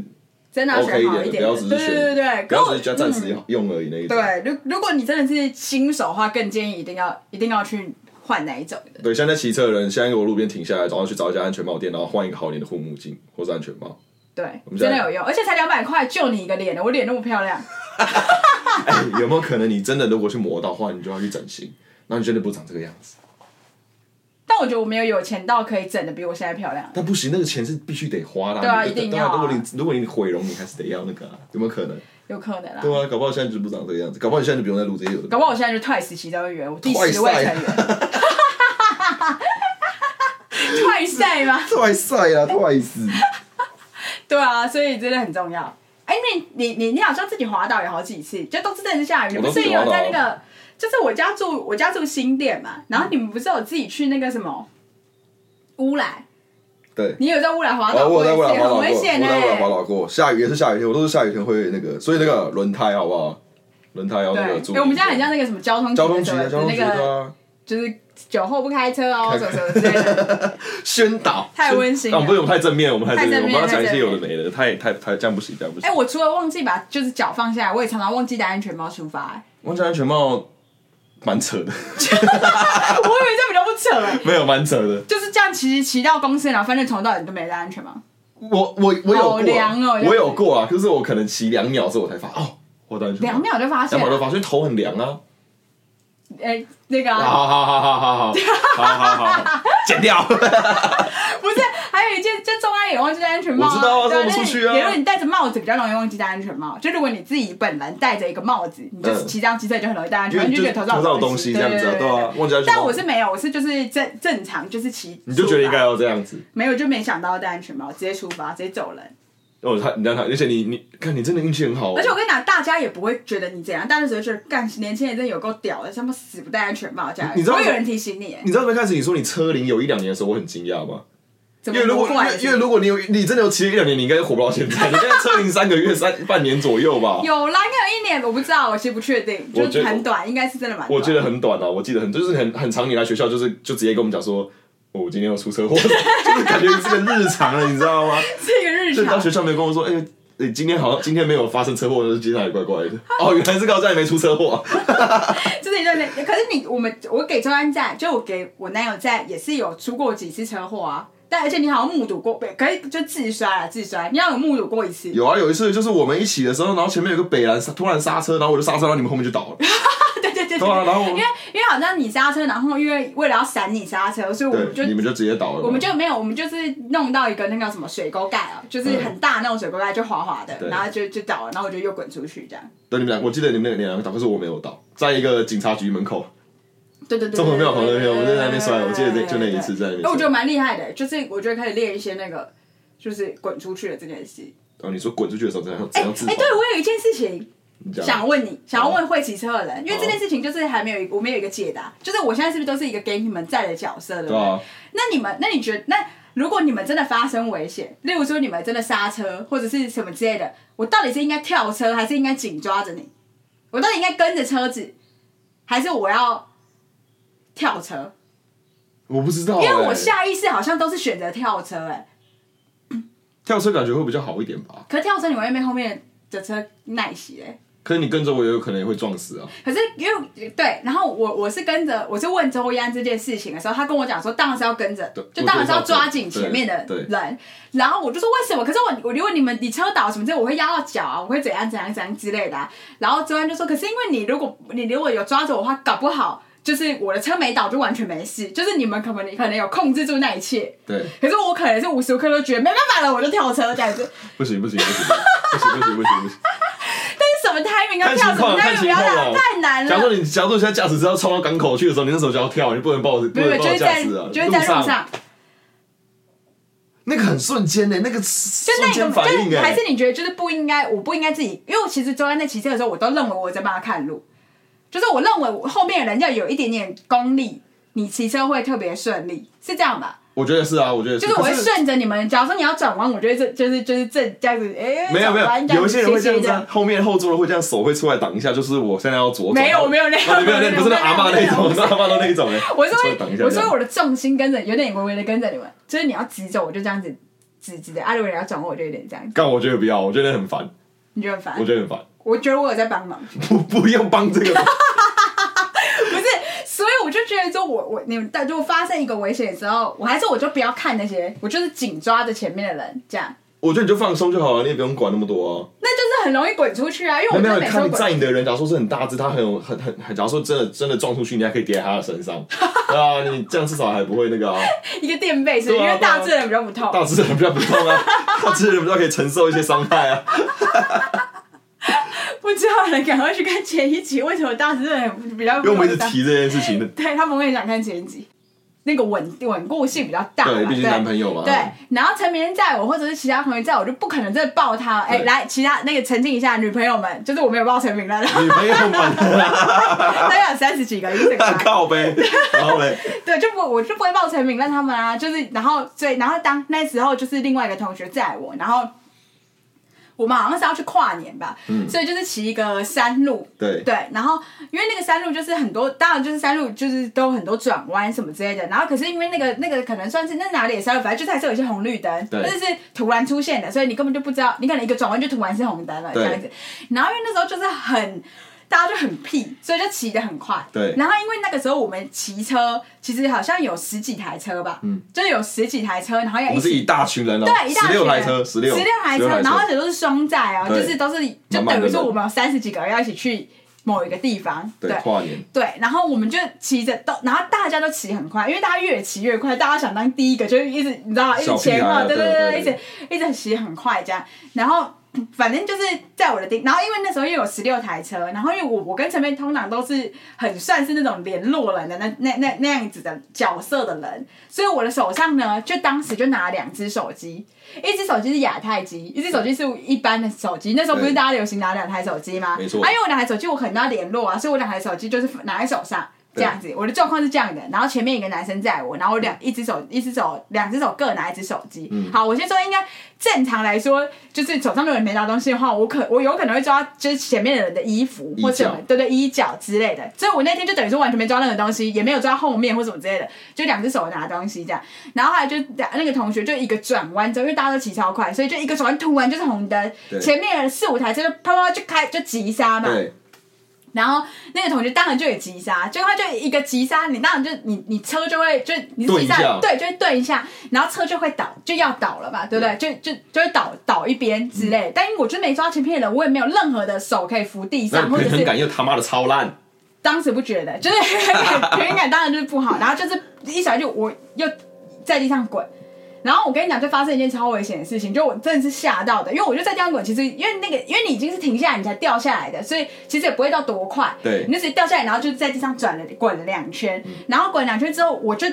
Speaker 1: 真的要
Speaker 3: OK
Speaker 1: 选好
Speaker 3: 一
Speaker 1: 点
Speaker 3: 点的，不要
Speaker 1: 的，
Speaker 3: 只
Speaker 1: 对
Speaker 3: 是
Speaker 1: 对对
Speaker 3: 选，
Speaker 1: 对。
Speaker 3: 不
Speaker 1: 可
Speaker 3: 要
Speaker 1: 是我嗯
Speaker 3: 只是觉得暂时用而已那一种。
Speaker 1: 对，如如果你真的是新手的话，更建议一定要一定要去换哪一种的。
Speaker 3: 对，现在骑车的人，现在给我路边停下来，早上去找一家安全帽店，然后换一个好一点的护目镜或是安全帽。
Speaker 1: 对
Speaker 3: 我，们
Speaker 1: 真
Speaker 3: 现在
Speaker 1: 的有用，而且才两百块，就你一个脸了，我脸那么漂亮，
Speaker 3: 哎、有没有可能你真的如果去磨到话，你就要去整形，那你真的不长这个样子？
Speaker 1: 但我觉得我没有有钱到可以整的比我现在漂亮。
Speaker 3: 但不行，那个钱是必须得花的、
Speaker 1: 对啊
Speaker 3: 你
Speaker 1: 一定要啊
Speaker 3: 对如果你如果你毁容，你还是得要那个、啊，有没有可能？
Speaker 1: 有可能啦。
Speaker 3: 对啊，搞不好现在就不长这个样子，搞不好你现在就不用再录这些有的。
Speaker 1: 搞不好我现在就 Twice 其中一员，我第
Speaker 3: Twice
Speaker 1: 十位成员。 快赛吗？
Speaker 3: 太晒了，太死！
Speaker 1: 对啊，所以真的很重要。哎、那你你你好像自己滑倒有好几次，就都是真的是下雨。你
Speaker 3: 我
Speaker 1: 不
Speaker 3: 都
Speaker 1: 是
Speaker 3: 自己滑
Speaker 1: 有
Speaker 3: 倒啊
Speaker 1: 在那个，就是我家住我家住新店嘛，然后你们不是有自己去那个什么乌来？
Speaker 3: 对，
Speaker 1: 你有在乌来滑
Speaker 3: 啊
Speaker 1: 倒
Speaker 3: 我
Speaker 1: 过
Speaker 3: 有
Speaker 1: 一次，
Speaker 3: 在未来滑倒
Speaker 1: 很
Speaker 3: 过，
Speaker 1: 危
Speaker 3: 我
Speaker 1: 险呢、欸
Speaker 3: 在未来滑倒过，下雨也是下雨天，我都是下雨天会那个，所以那个轮胎好不好？轮胎要那个注
Speaker 1: 对，
Speaker 3: 意。
Speaker 1: 哎我们现在很像那个什么交通
Speaker 3: 交通局
Speaker 1: 的
Speaker 3: 啊，交通
Speaker 1: 那
Speaker 3: 局对
Speaker 1: 个，
Speaker 3: 啊，
Speaker 1: 就是酒后不开车哦，什么什么之类的。
Speaker 3: 宣导
Speaker 1: 太温馨了
Speaker 3: 但我们不我们太正面，我们太正
Speaker 1: 太
Speaker 3: 面，
Speaker 1: 正
Speaker 3: 我
Speaker 1: 面
Speaker 3: 们要讲一些有的没的，太太太这样不行，这样不
Speaker 1: 哎、
Speaker 3: 行。
Speaker 1: 我除了忘记把就是脚放下来，我也常常忘记戴安全帽出发、哎
Speaker 3: 忘记安全帽蛮扯的，
Speaker 1: 哎我以为这比较不扯、哎
Speaker 3: 没有蛮扯的。
Speaker 1: 就是这样骑骑到公司，然后发现从头到尾都没戴安全帽。
Speaker 3: 我我我有
Speaker 1: 好
Speaker 3: 过啊，
Speaker 1: 凉哦
Speaker 3: 我有过啊，就是我可能骑两秒之后我才发哦，我的安全帽
Speaker 1: 两秒就发现
Speaker 3: 两秒
Speaker 1: 了，
Speaker 3: 都发现头很凉啊。
Speaker 1: 哎、那个啊、
Speaker 3: 好好好好好好好好好好，剪掉。
Speaker 1: 不是，还有一件，就中安也忘记戴安全帽、
Speaker 3: 我知道啊
Speaker 1: 对
Speaker 3: 这我
Speaker 1: 就是
Speaker 3: 出去啊
Speaker 1: 比如说你戴着帽子，比较容易忘记戴安全帽。就如果你自己本来戴着一个帽子，你就是骑这样骑车就很容易戴安全
Speaker 3: 嗯因
Speaker 1: 帽，
Speaker 3: 为
Speaker 1: 你就
Speaker 3: 就
Speaker 1: 觉得
Speaker 3: 头
Speaker 1: 上
Speaker 3: 上有
Speaker 1: 东
Speaker 3: 东西这样子啊，对啊，。忘记安全帽。
Speaker 1: 但我是没有，我是就是正正常就是骑出发，
Speaker 3: 你就觉得应该要这样子，
Speaker 1: 没有，就没想到戴安全帽，直接出发，直接走人。
Speaker 3: 哦，他你让他，而且你你看你真的运气很好哦，
Speaker 1: 而且我跟你讲，大家也不会觉得你怎样，大家只会觉得干年轻人真的有够屌的，他们死不戴安全帽这样。
Speaker 3: 你知道
Speaker 1: 不会有人提醒你，哎
Speaker 3: 你知道最开始你说你车龄有一两年的时候，我很惊讶吗？
Speaker 1: 怎
Speaker 3: 因
Speaker 1: 么
Speaker 3: 为如果
Speaker 1: 不过来的
Speaker 3: 因为如果你有你真的有骑了一两年，你应该活不到现在，你现在车龄三个月三半年左右吧。
Speaker 1: 有啦，应该有一年，我不知道，我其实不确定，
Speaker 3: 哦我觉得
Speaker 1: 就是很短，应该是真的蛮短。
Speaker 3: 我觉得很短啊，我记得很就是很很长，你来学校就是就直接跟我们讲说，哦我今天要出车祸， 就是感觉是个日常了，你知道吗？
Speaker 1: 这个日
Speaker 3: 就是到
Speaker 1: 常
Speaker 3: 学校没有跟我说，哎、你今天好像今天没有发生车祸，就是接下来怪怪的。 哦，原来是高家也没出车祸、啊，
Speaker 1: 就是一段恋，可是你我们我给周安在，就我给我男友在，也是有出过几次车祸啊。但而且你好像目睹过，可是就自摔啊，自摔，你好像有目睹过一次。
Speaker 3: 有啊，有一次就是我们一起的时候，然后前面有个北兰突然刹车，然后我就刹车，然后你们后面就倒了，
Speaker 1: 对对对
Speaker 3: 对啊，然后
Speaker 1: 因为因为好像你刹车，然后因为为了要闪你刹车，哦所以我们就
Speaker 3: 对你们就直接倒了嘛，
Speaker 1: 我们就没有，我们就是弄到一个那个什么水沟盖啊，就是很大那种水沟盖，就滑滑的，
Speaker 3: 对
Speaker 1: 然后就就倒了，然后我就又滚出去这样。
Speaker 3: 对你们俩，我记得你们两个倒，可是我没有倒，在一个警察局门口，
Speaker 1: 对对对，
Speaker 3: 综合庙口那边
Speaker 1: 对对对
Speaker 3: 我们在那边摔我记得那就那一次
Speaker 1: 对对对
Speaker 3: 在那边
Speaker 1: 哎我觉
Speaker 3: 摔
Speaker 1: 得蛮厉害的，就是我觉得开始练一些那个，就是滚出去的这件事。
Speaker 3: 然后哦你说滚出去的时候怎样
Speaker 1: 哎
Speaker 3: 怎
Speaker 1: 哎，
Speaker 3: 样自保，
Speaker 1: 对我有一件事情
Speaker 3: 你讲啊嗯
Speaker 1: 想问你，想要问会骑车的人，因为这件事情就是还没有一我没有一个解答，就是我现在是不是都是一个给你们在的角色，对不
Speaker 3: 对啊，
Speaker 1: 那你们，那你觉得，那如果你们真的发生危险，例如说你们真的刹车或者是什么之类的，我到底是应该跳车，还是应该紧抓着你？我到底应该跟着车子，还是我要跳车？
Speaker 3: 我不知道、
Speaker 1: 因
Speaker 3: 欸，
Speaker 1: 为我下意识好像都是选择跳车、哎，
Speaker 3: 跳车感觉会比较好一点吧，
Speaker 1: 可是跳车你会被后面的车耐袭、哎。
Speaker 3: 可是你跟着我也有可能也会撞死啊，
Speaker 1: 可是因为对，然后我我是跟着我是问周一安这件事情的时候，他跟我讲说，当然是要跟着
Speaker 3: 对，
Speaker 1: 就当然是要
Speaker 3: 我觉得
Speaker 1: 抓
Speaker 3: 要
Speaker 1: 紧
Speaker 3: 对
Speaker 1: 前面的
Speaker 3: 对
Speaker 1: 人。然后我就说为什么？可是我我如果你们你车倒什么之类，我会压到脚啊，我会怎样怎样怎样之类的啊、然后周一安就说，可是因为你如果你如果有抓着我的话，搞不好就是我的车没倒就完全没事，就是你们可能可能有控制住那一切。
Speaker 3: 对，
Speaker 1: 可是我可能是无时无刻都觉得没办法了，我就跳车这样子。
Speaker 3: 不行不行不行 不行不行不行不行，
Speaker 1: 这是什么 timing 要
Speaker 3: 看
Speaker 1: 跳什么
Speaker 3: 情况
Speaker 1: timing
Speaker 3: 看
Speaker 1: 不
Speaker 3: 情
Speaker 1: 要
Speaker 3: 况
Speaker 1: 打
Speaker 3: 哦
Speaker 1: 太难了。
Speaker 3: 假如你假如你现在驾驶是要冲到港口去的时候，你那时候就要跳，你不能抱着不
Speaker 1: 没有，
Speaker 3: 能
Speaker 1: 就
Speaker 3: 抱着
Speaker 1: 是
Speaker 3: 驾
Speaker 1: 在
Speaker 3: 驶啊，
Speaker 1: 就是在路上，
Speaker 3: 那个很瞬间欸呢、那个
Speaker 1: 就
Speaker 3: 瞬
Speaker 1: 那
Speaker 3: 间
Speaker 1: 个，
Speaker 3: 反
Speaker 1: 就
Speaker 3: 应
Speaker 1: 是还
Speaker 3: 哎、
Speaker 1: 是你觉得就是不应该，我不应该自己，因为我其实周安在骑车的时候，我都认为我在帮他看路，就是我认为我后面的人要有一点点功力，你骑车会特别顺利，是这样吧？
Speaker 3: 我觉得是啊，我觉得
Speaker 1: 就是我会
Speaker 3: 可
Speaker 1: 顺着你们，假如说你要转弯，我就会这就是就是这这样子，哎、
Speaker 3: 没有没
Speaker 1: 转弯
Speaker 3: 有，有一些人会这样
Speaker 1: 斜斜
Speaker 3: 子啊，后面后座的会这样手会出来挡一下，就是我现在要左转。
Speaker 1: 没 有没有那
Speaker 3: 哦
Speaker 1: 样，
Speaker 3: 没有那不是那阿嬷那种，不是阿嬷的那一种哎，
Speaker 1: 我是
Speaker 3: 出
Speaker 1: 会
Speaker 3: 来挡一，下
Speaker 1: 我是
Speaker 3: 这
Speaker 1: 会
Speaker 3: 样
Speaker 1: 我的重心跟着，有点微微的跟着你们，就是你要直走，我就这样子直直的，啊，如果你要转弯，我就有点这样子，
Speaker 3: 干，我觉得不要，我觉得很烦，
Speaker 1: 你觉得很烦？
Speaker 3: 我觉得很 烦，
Speaker 1: 我觉得我有在帮忙，
Speaker 3: 不不用帮这个，
Speaker 1: 不是，所以我就觉得说我，我你们但如果发生一个危险的时候，我还是我就不要看那些，我就是紧抓着前面的人，这样，
Speaker 3: 我觉得你就放松就好了，你也不用管那么多啊。
Speaker 1: 那就是很容易滚出去啊，因为我
Speaker 3: 没
Speaker 1: 就
Speaker 3: 有，
Speaker 1: 每
Speaker 3: 你
Speaker 1: 次都
Speaker 3: 看你
Speaker 1: 滚。
Speaker 3: 载你的人，假如说是很大只，他很有 很很很，假如说真的真的撞出去，你还可以跌在他的身 上，对啊，你这样至少还不会那个啊，
Speaker 1: 一个垫背，所以因
Speaker 3: 对啊
Speaker 1: 为大致人比较不痛，
Speaker 3: 大只的人比较不痛 啊，大只的人比较可以承受一些伤害啊。
Speaker 1: 不知道的人赶快去看前一集，为什么大致人比较
Speaker 3: 因
Speaker 1: 不
Speaker 3: 为
Speaker 1: 痛
Speaker 3: 我们一直，提这件事情的，
Speaker 1: 对他们会想看前一集，那个稳稳固性比较 大嘛，
Speaker 3: 对，毕竟男朋友嘛，
Speaker 1: 对，啊然后陈明恩载我，或者是其他朋友载我，我就不可能真的抱他。哎、
Speaker 3: 对
Speaker 1: 来，其他那个澄清一下，女朋友们，就是我没有抱陈明了，然后
Speaker 3: 女朋友们，啊
Speaker 1: 大概有三十几个，一整个来。
Speaker 3: 靠呗，然后嘞，
Speaker 1: 对，就不我就不会报成名让他们啊，就是然后所以然后当那时候就是另外一个同学载我，然后我们好像是要去跨年吧，所以就是骑一个山路，
Speaker 3: 对
Speaker 1: 对，然后因为那个山路就是很多，当然就是山路就是都有很多转弯什么之类的，然后可是因为那个那个可能算是那哪里的山路，反正就是还是有一些红绿灯，
Speaker 3: 对
Speaker 1: 但是是突然出现的，所以你根本就不知道，你可能一个转弯就突然是红灯了这
Speaker 3: 对
Speaker 1: 样子，然后因为那时候就是很。大家就很屁，所以就骑得很快。
Speaker 3: 对
Speaker 1: 然后因为那个时候我们骑车，其实好像有十几台车吧，嗯，就是有十几台车，然后要
Speaker 3: 我
Speaker 1: 一
Speaker 3: 们是
Speaker 1: 起
Speaker 3: 一大群人哦，
Speaker 1: 对，一大
Speaker 3: 十
Speaker 1: 群
Speaker 3: 六台车，十六，
Speaker 1: 十六台车，然后而且都是双载哦，就
Speaker 3: 对
Speaker 1: 是都是就
Speaker 3: 满满
Speaker 1: 等
Speaker 3: 的
Speaker 1: 于说
Speaker 3: 人
Speaker 1: 我们有三十几个人要一起去某一个地方，
Speaker 3: 对跨年，
Speaker 1: 对，然后我们就骑着都，然后大家都骑很快，因为大家越骑越快，大家想当第一个，就是一直你知道吗？一直
Speaker 3: 小屁
Speaker 1: 前
Speaker 3: 孩
Speaker 1: 后，
Speaker 3: 啊
Speaker 1: 对
Speaker 3: 对
Speaker 1: 对，
Speaker 3: 对
Speaker 1: 一直一直骑很快这样，然后。反正就是在我的地，然后因为那时候又有十六台车，然后因为我我跟陈佩通常都是很算是那种联络人的那 那那那样子的角色的人，所以我的手上呢，就当时就拿了两只手机，一只手机是亚太机，一只手机是一般的手机。那时候不是
Speaker 3: 对
Speaker 1: 大家流行拿两台手机吗？
Speaker 3: 没错
Speaker 1: 啊，因为我两台手机我可能要联络啊，所以我两台手机就是拿在手上这样子。我的状况是这样的，然后前面一个男生载我，然后我两一只手一只手两只手各拿一只手机。
Speaker 3: 嗯
Speaker 1: 好，我先说应该正常来说，就是手上如果没拿东西的话，我可我有可能会抓就是前面的人的衣服
Speaker 3: 衣
Speaker 1: 或什么
Speaker 3: 角，
Speaker 1: 对对，衣角之类的。所以我那天就等于说完全没抓任何东西，也没有抓后面或什么之类的，就两只手拿东西这样。然后后来就那个同学就一个转弯之后，因为大家都骑超快，所以就一个转弯突然就是红灯，
Speaker 3: 对
Speaker 1: 前面的四五台车就啪啪啪就开就急刹嘛。
Speaker 3: 对
Speaker 1: 然后那个同学当然就也急刹，结果他就一个急刹，你当然就你你车就会就你急刹
Speaker 3: 顿
Speaker 1: 对，
Speaker 3: 一下
Speaker 1: 就会顿一下，然后车就会倒，就要倒了吧，对不对？就就就会倒倒一边之类的。但因为我就没抓前面的人，我也没有任何的手可以扶地
Speaker 3: 那
Speaker 1: 上，或者
Speaker 3: 平衡
Speaker 1: 是
Speaker 3: 感又他妈的超烂，
Speaker 1: 当时不觉得，就是 平衡感当然就是不好，然后就是一甩就我又在地上滚。然后我跟你讲，就发生一件超危险的事情，就我真的是吓到的，因为我就在地上滚，其实因为那个，因为你已经是停下来，你才掉下来的，所以其实也不会到多快，
Speaker 3: 对
Speaker 1: 你就直接掉下来，然后就在地上转了滚了两圈，然后滚了两圈之后，我就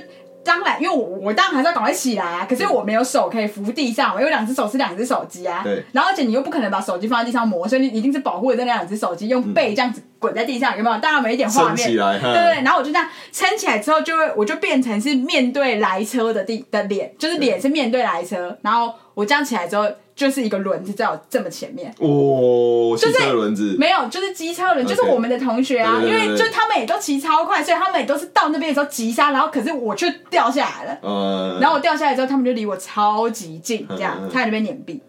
Speaker 1: 当然，因为我我当然还是要赶快起来啊，可是我没有手可以扶地上，我有两只手是两只手机啊，
Speaker 3: 对
Speaker 1: 然后而且你又不可能把手机放在地上磨，所以你一定是保护着那两只手机，用背这样子滚在地上，有没有？当然没一点画
Speaker 3: 升
Speaker 1: 面，
Speaker 3: 起来，
Speaker 1: 对对对，然后我就这样撑起来之后，就会我就变成是面对来车的地的脸，就是脸是面对来车，然后我这样起来之后，就是一个轮子在我这么前面，
Speaker 3: 哇，汽车的轮子，
Speaker 1: 没有，就是机车轮，就是我们的同学啊，
Speaker 3: 对对对
Speaker 1: 因为
Speaker 3: 对
Speaker 1: 就他们也都骑超快，所以他们也都是到那边的时候急刹，然后可是我却掉下来了，
Speaker 3: 呃，
Speaker 1: 然后我掉下来之后，他们就离我超级近，这
Speaker 3: 嗯
Speaker 1: 样
Speaker 3: 嗯嗯
Speaker 1: 差点被碾毙，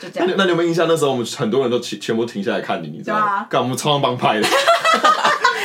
Speaker 1: 就这
Speaker 3: 那
Speaker 1: 样
Speaker 3: 你。那你有没有印象？那时候我们很多人都全全部停下来看你，你知道
Speaker 1: 对
Speaker 3: 吗
Speaker 1: 啊？
Speaker 3: 干、我们超像帮派的，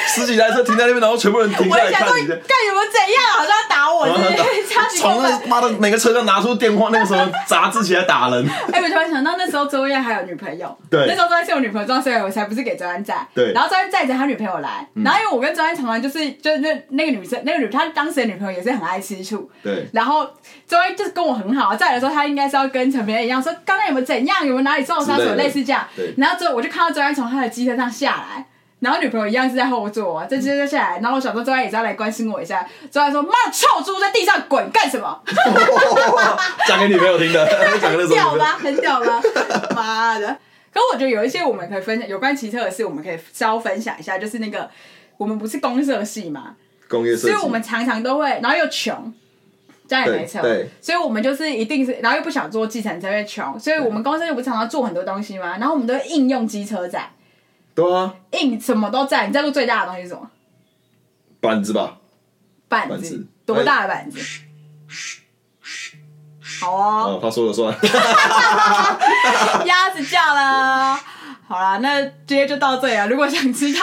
Speaker 3: 十几台车停在那边，然后全部人停
Speaker 1: 我
Speaker 3: 下来
Speaker 1: 也想说，
Speaker 3: 看
Speaker 1: 干
Speaker 3: 你这样。
Speaker 1: 有没有怎样？好像要打我，真 是差点
Speaker 3: 从那妈的每个车上拿出电话那个什么杂志起来打人，
Speaker 1: 哎、我突然想到那时候周燕还有女朋友，
Speaker 3: 对
Speaker 1: 那时候周燕是有女朋友状，所以我才不是给周燕载。
Speaker 3: 对嗯
Speaker 1: 然后周燕载着他女朋友来，然后因为我跟周燕常常就是就是那那个女生，那个女她当时的女朋友也是很爱吃醋，
Speaker 3: 对
Speaker 1: 然后周燕就是跟我很好，载的时候她应该是要跟陈培仁一样说刚刚有没有怎样，有没有哪里受伤，
Speaker 3: 之类
Speaker 1: 什么
Speaker 3: 的
Speaker 1: 类似这样
Speaker 3: 对。
Speaker 1: 然后之后我就看到周燕从她的机车上下来。然后女朋友一样是在后座、啊，在机车下来，然后我想说周哎燕也是要来关心我一下。周燕说：“妈的，臭猪在地上滚干什么？”
Speaker 3: 讲给女朋友听的，讲给那时候女朋友
Speaker 1: 屌吧，很屌 吧，妈的！可我觉得有一些我们可以分享有关骑车的事，我们可以稍分享一下，就是那个我们不是公社系嘛，
Speaker 3: 工业设
Speaker 1: 所
Speaker 3: 计，
Speaker 1: 以我们常常都会，然后又穷。家里没车
Speaker 3: 对对，
Speaker 1: 所以我们就是一定是，然后又不想坐计程车，因为穷，所以我们公司又不常常做很多东西嘛，然后我们都会应用机车载，
Speaker 3: 对啊，
Speaker 1: 应什么都载。你载过最大的东西是什么？
Speaker 3: 板子吧，
Speaker 1: 板
Speaker 3: 板
Speaker 1: 子
Speaker 3: 子，哎
Speaker 1: 多大的板子？好哦，
Speaker 3: 哦，他说了算，
Speaker 1: 鸭子叫了。好啦，那今天就到这里啊了。如果想知道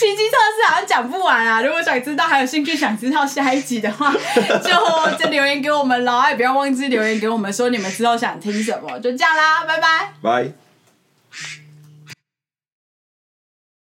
Speaker 1: 奇迹测试，好像讲不完啊。如果想知道，还有兴趣想知道下一集的话， 就就留言给我们喽。也不要忘记留言给我们说你们之后想听什么。就这样啦，拜拜。
Speaker 3: 拜。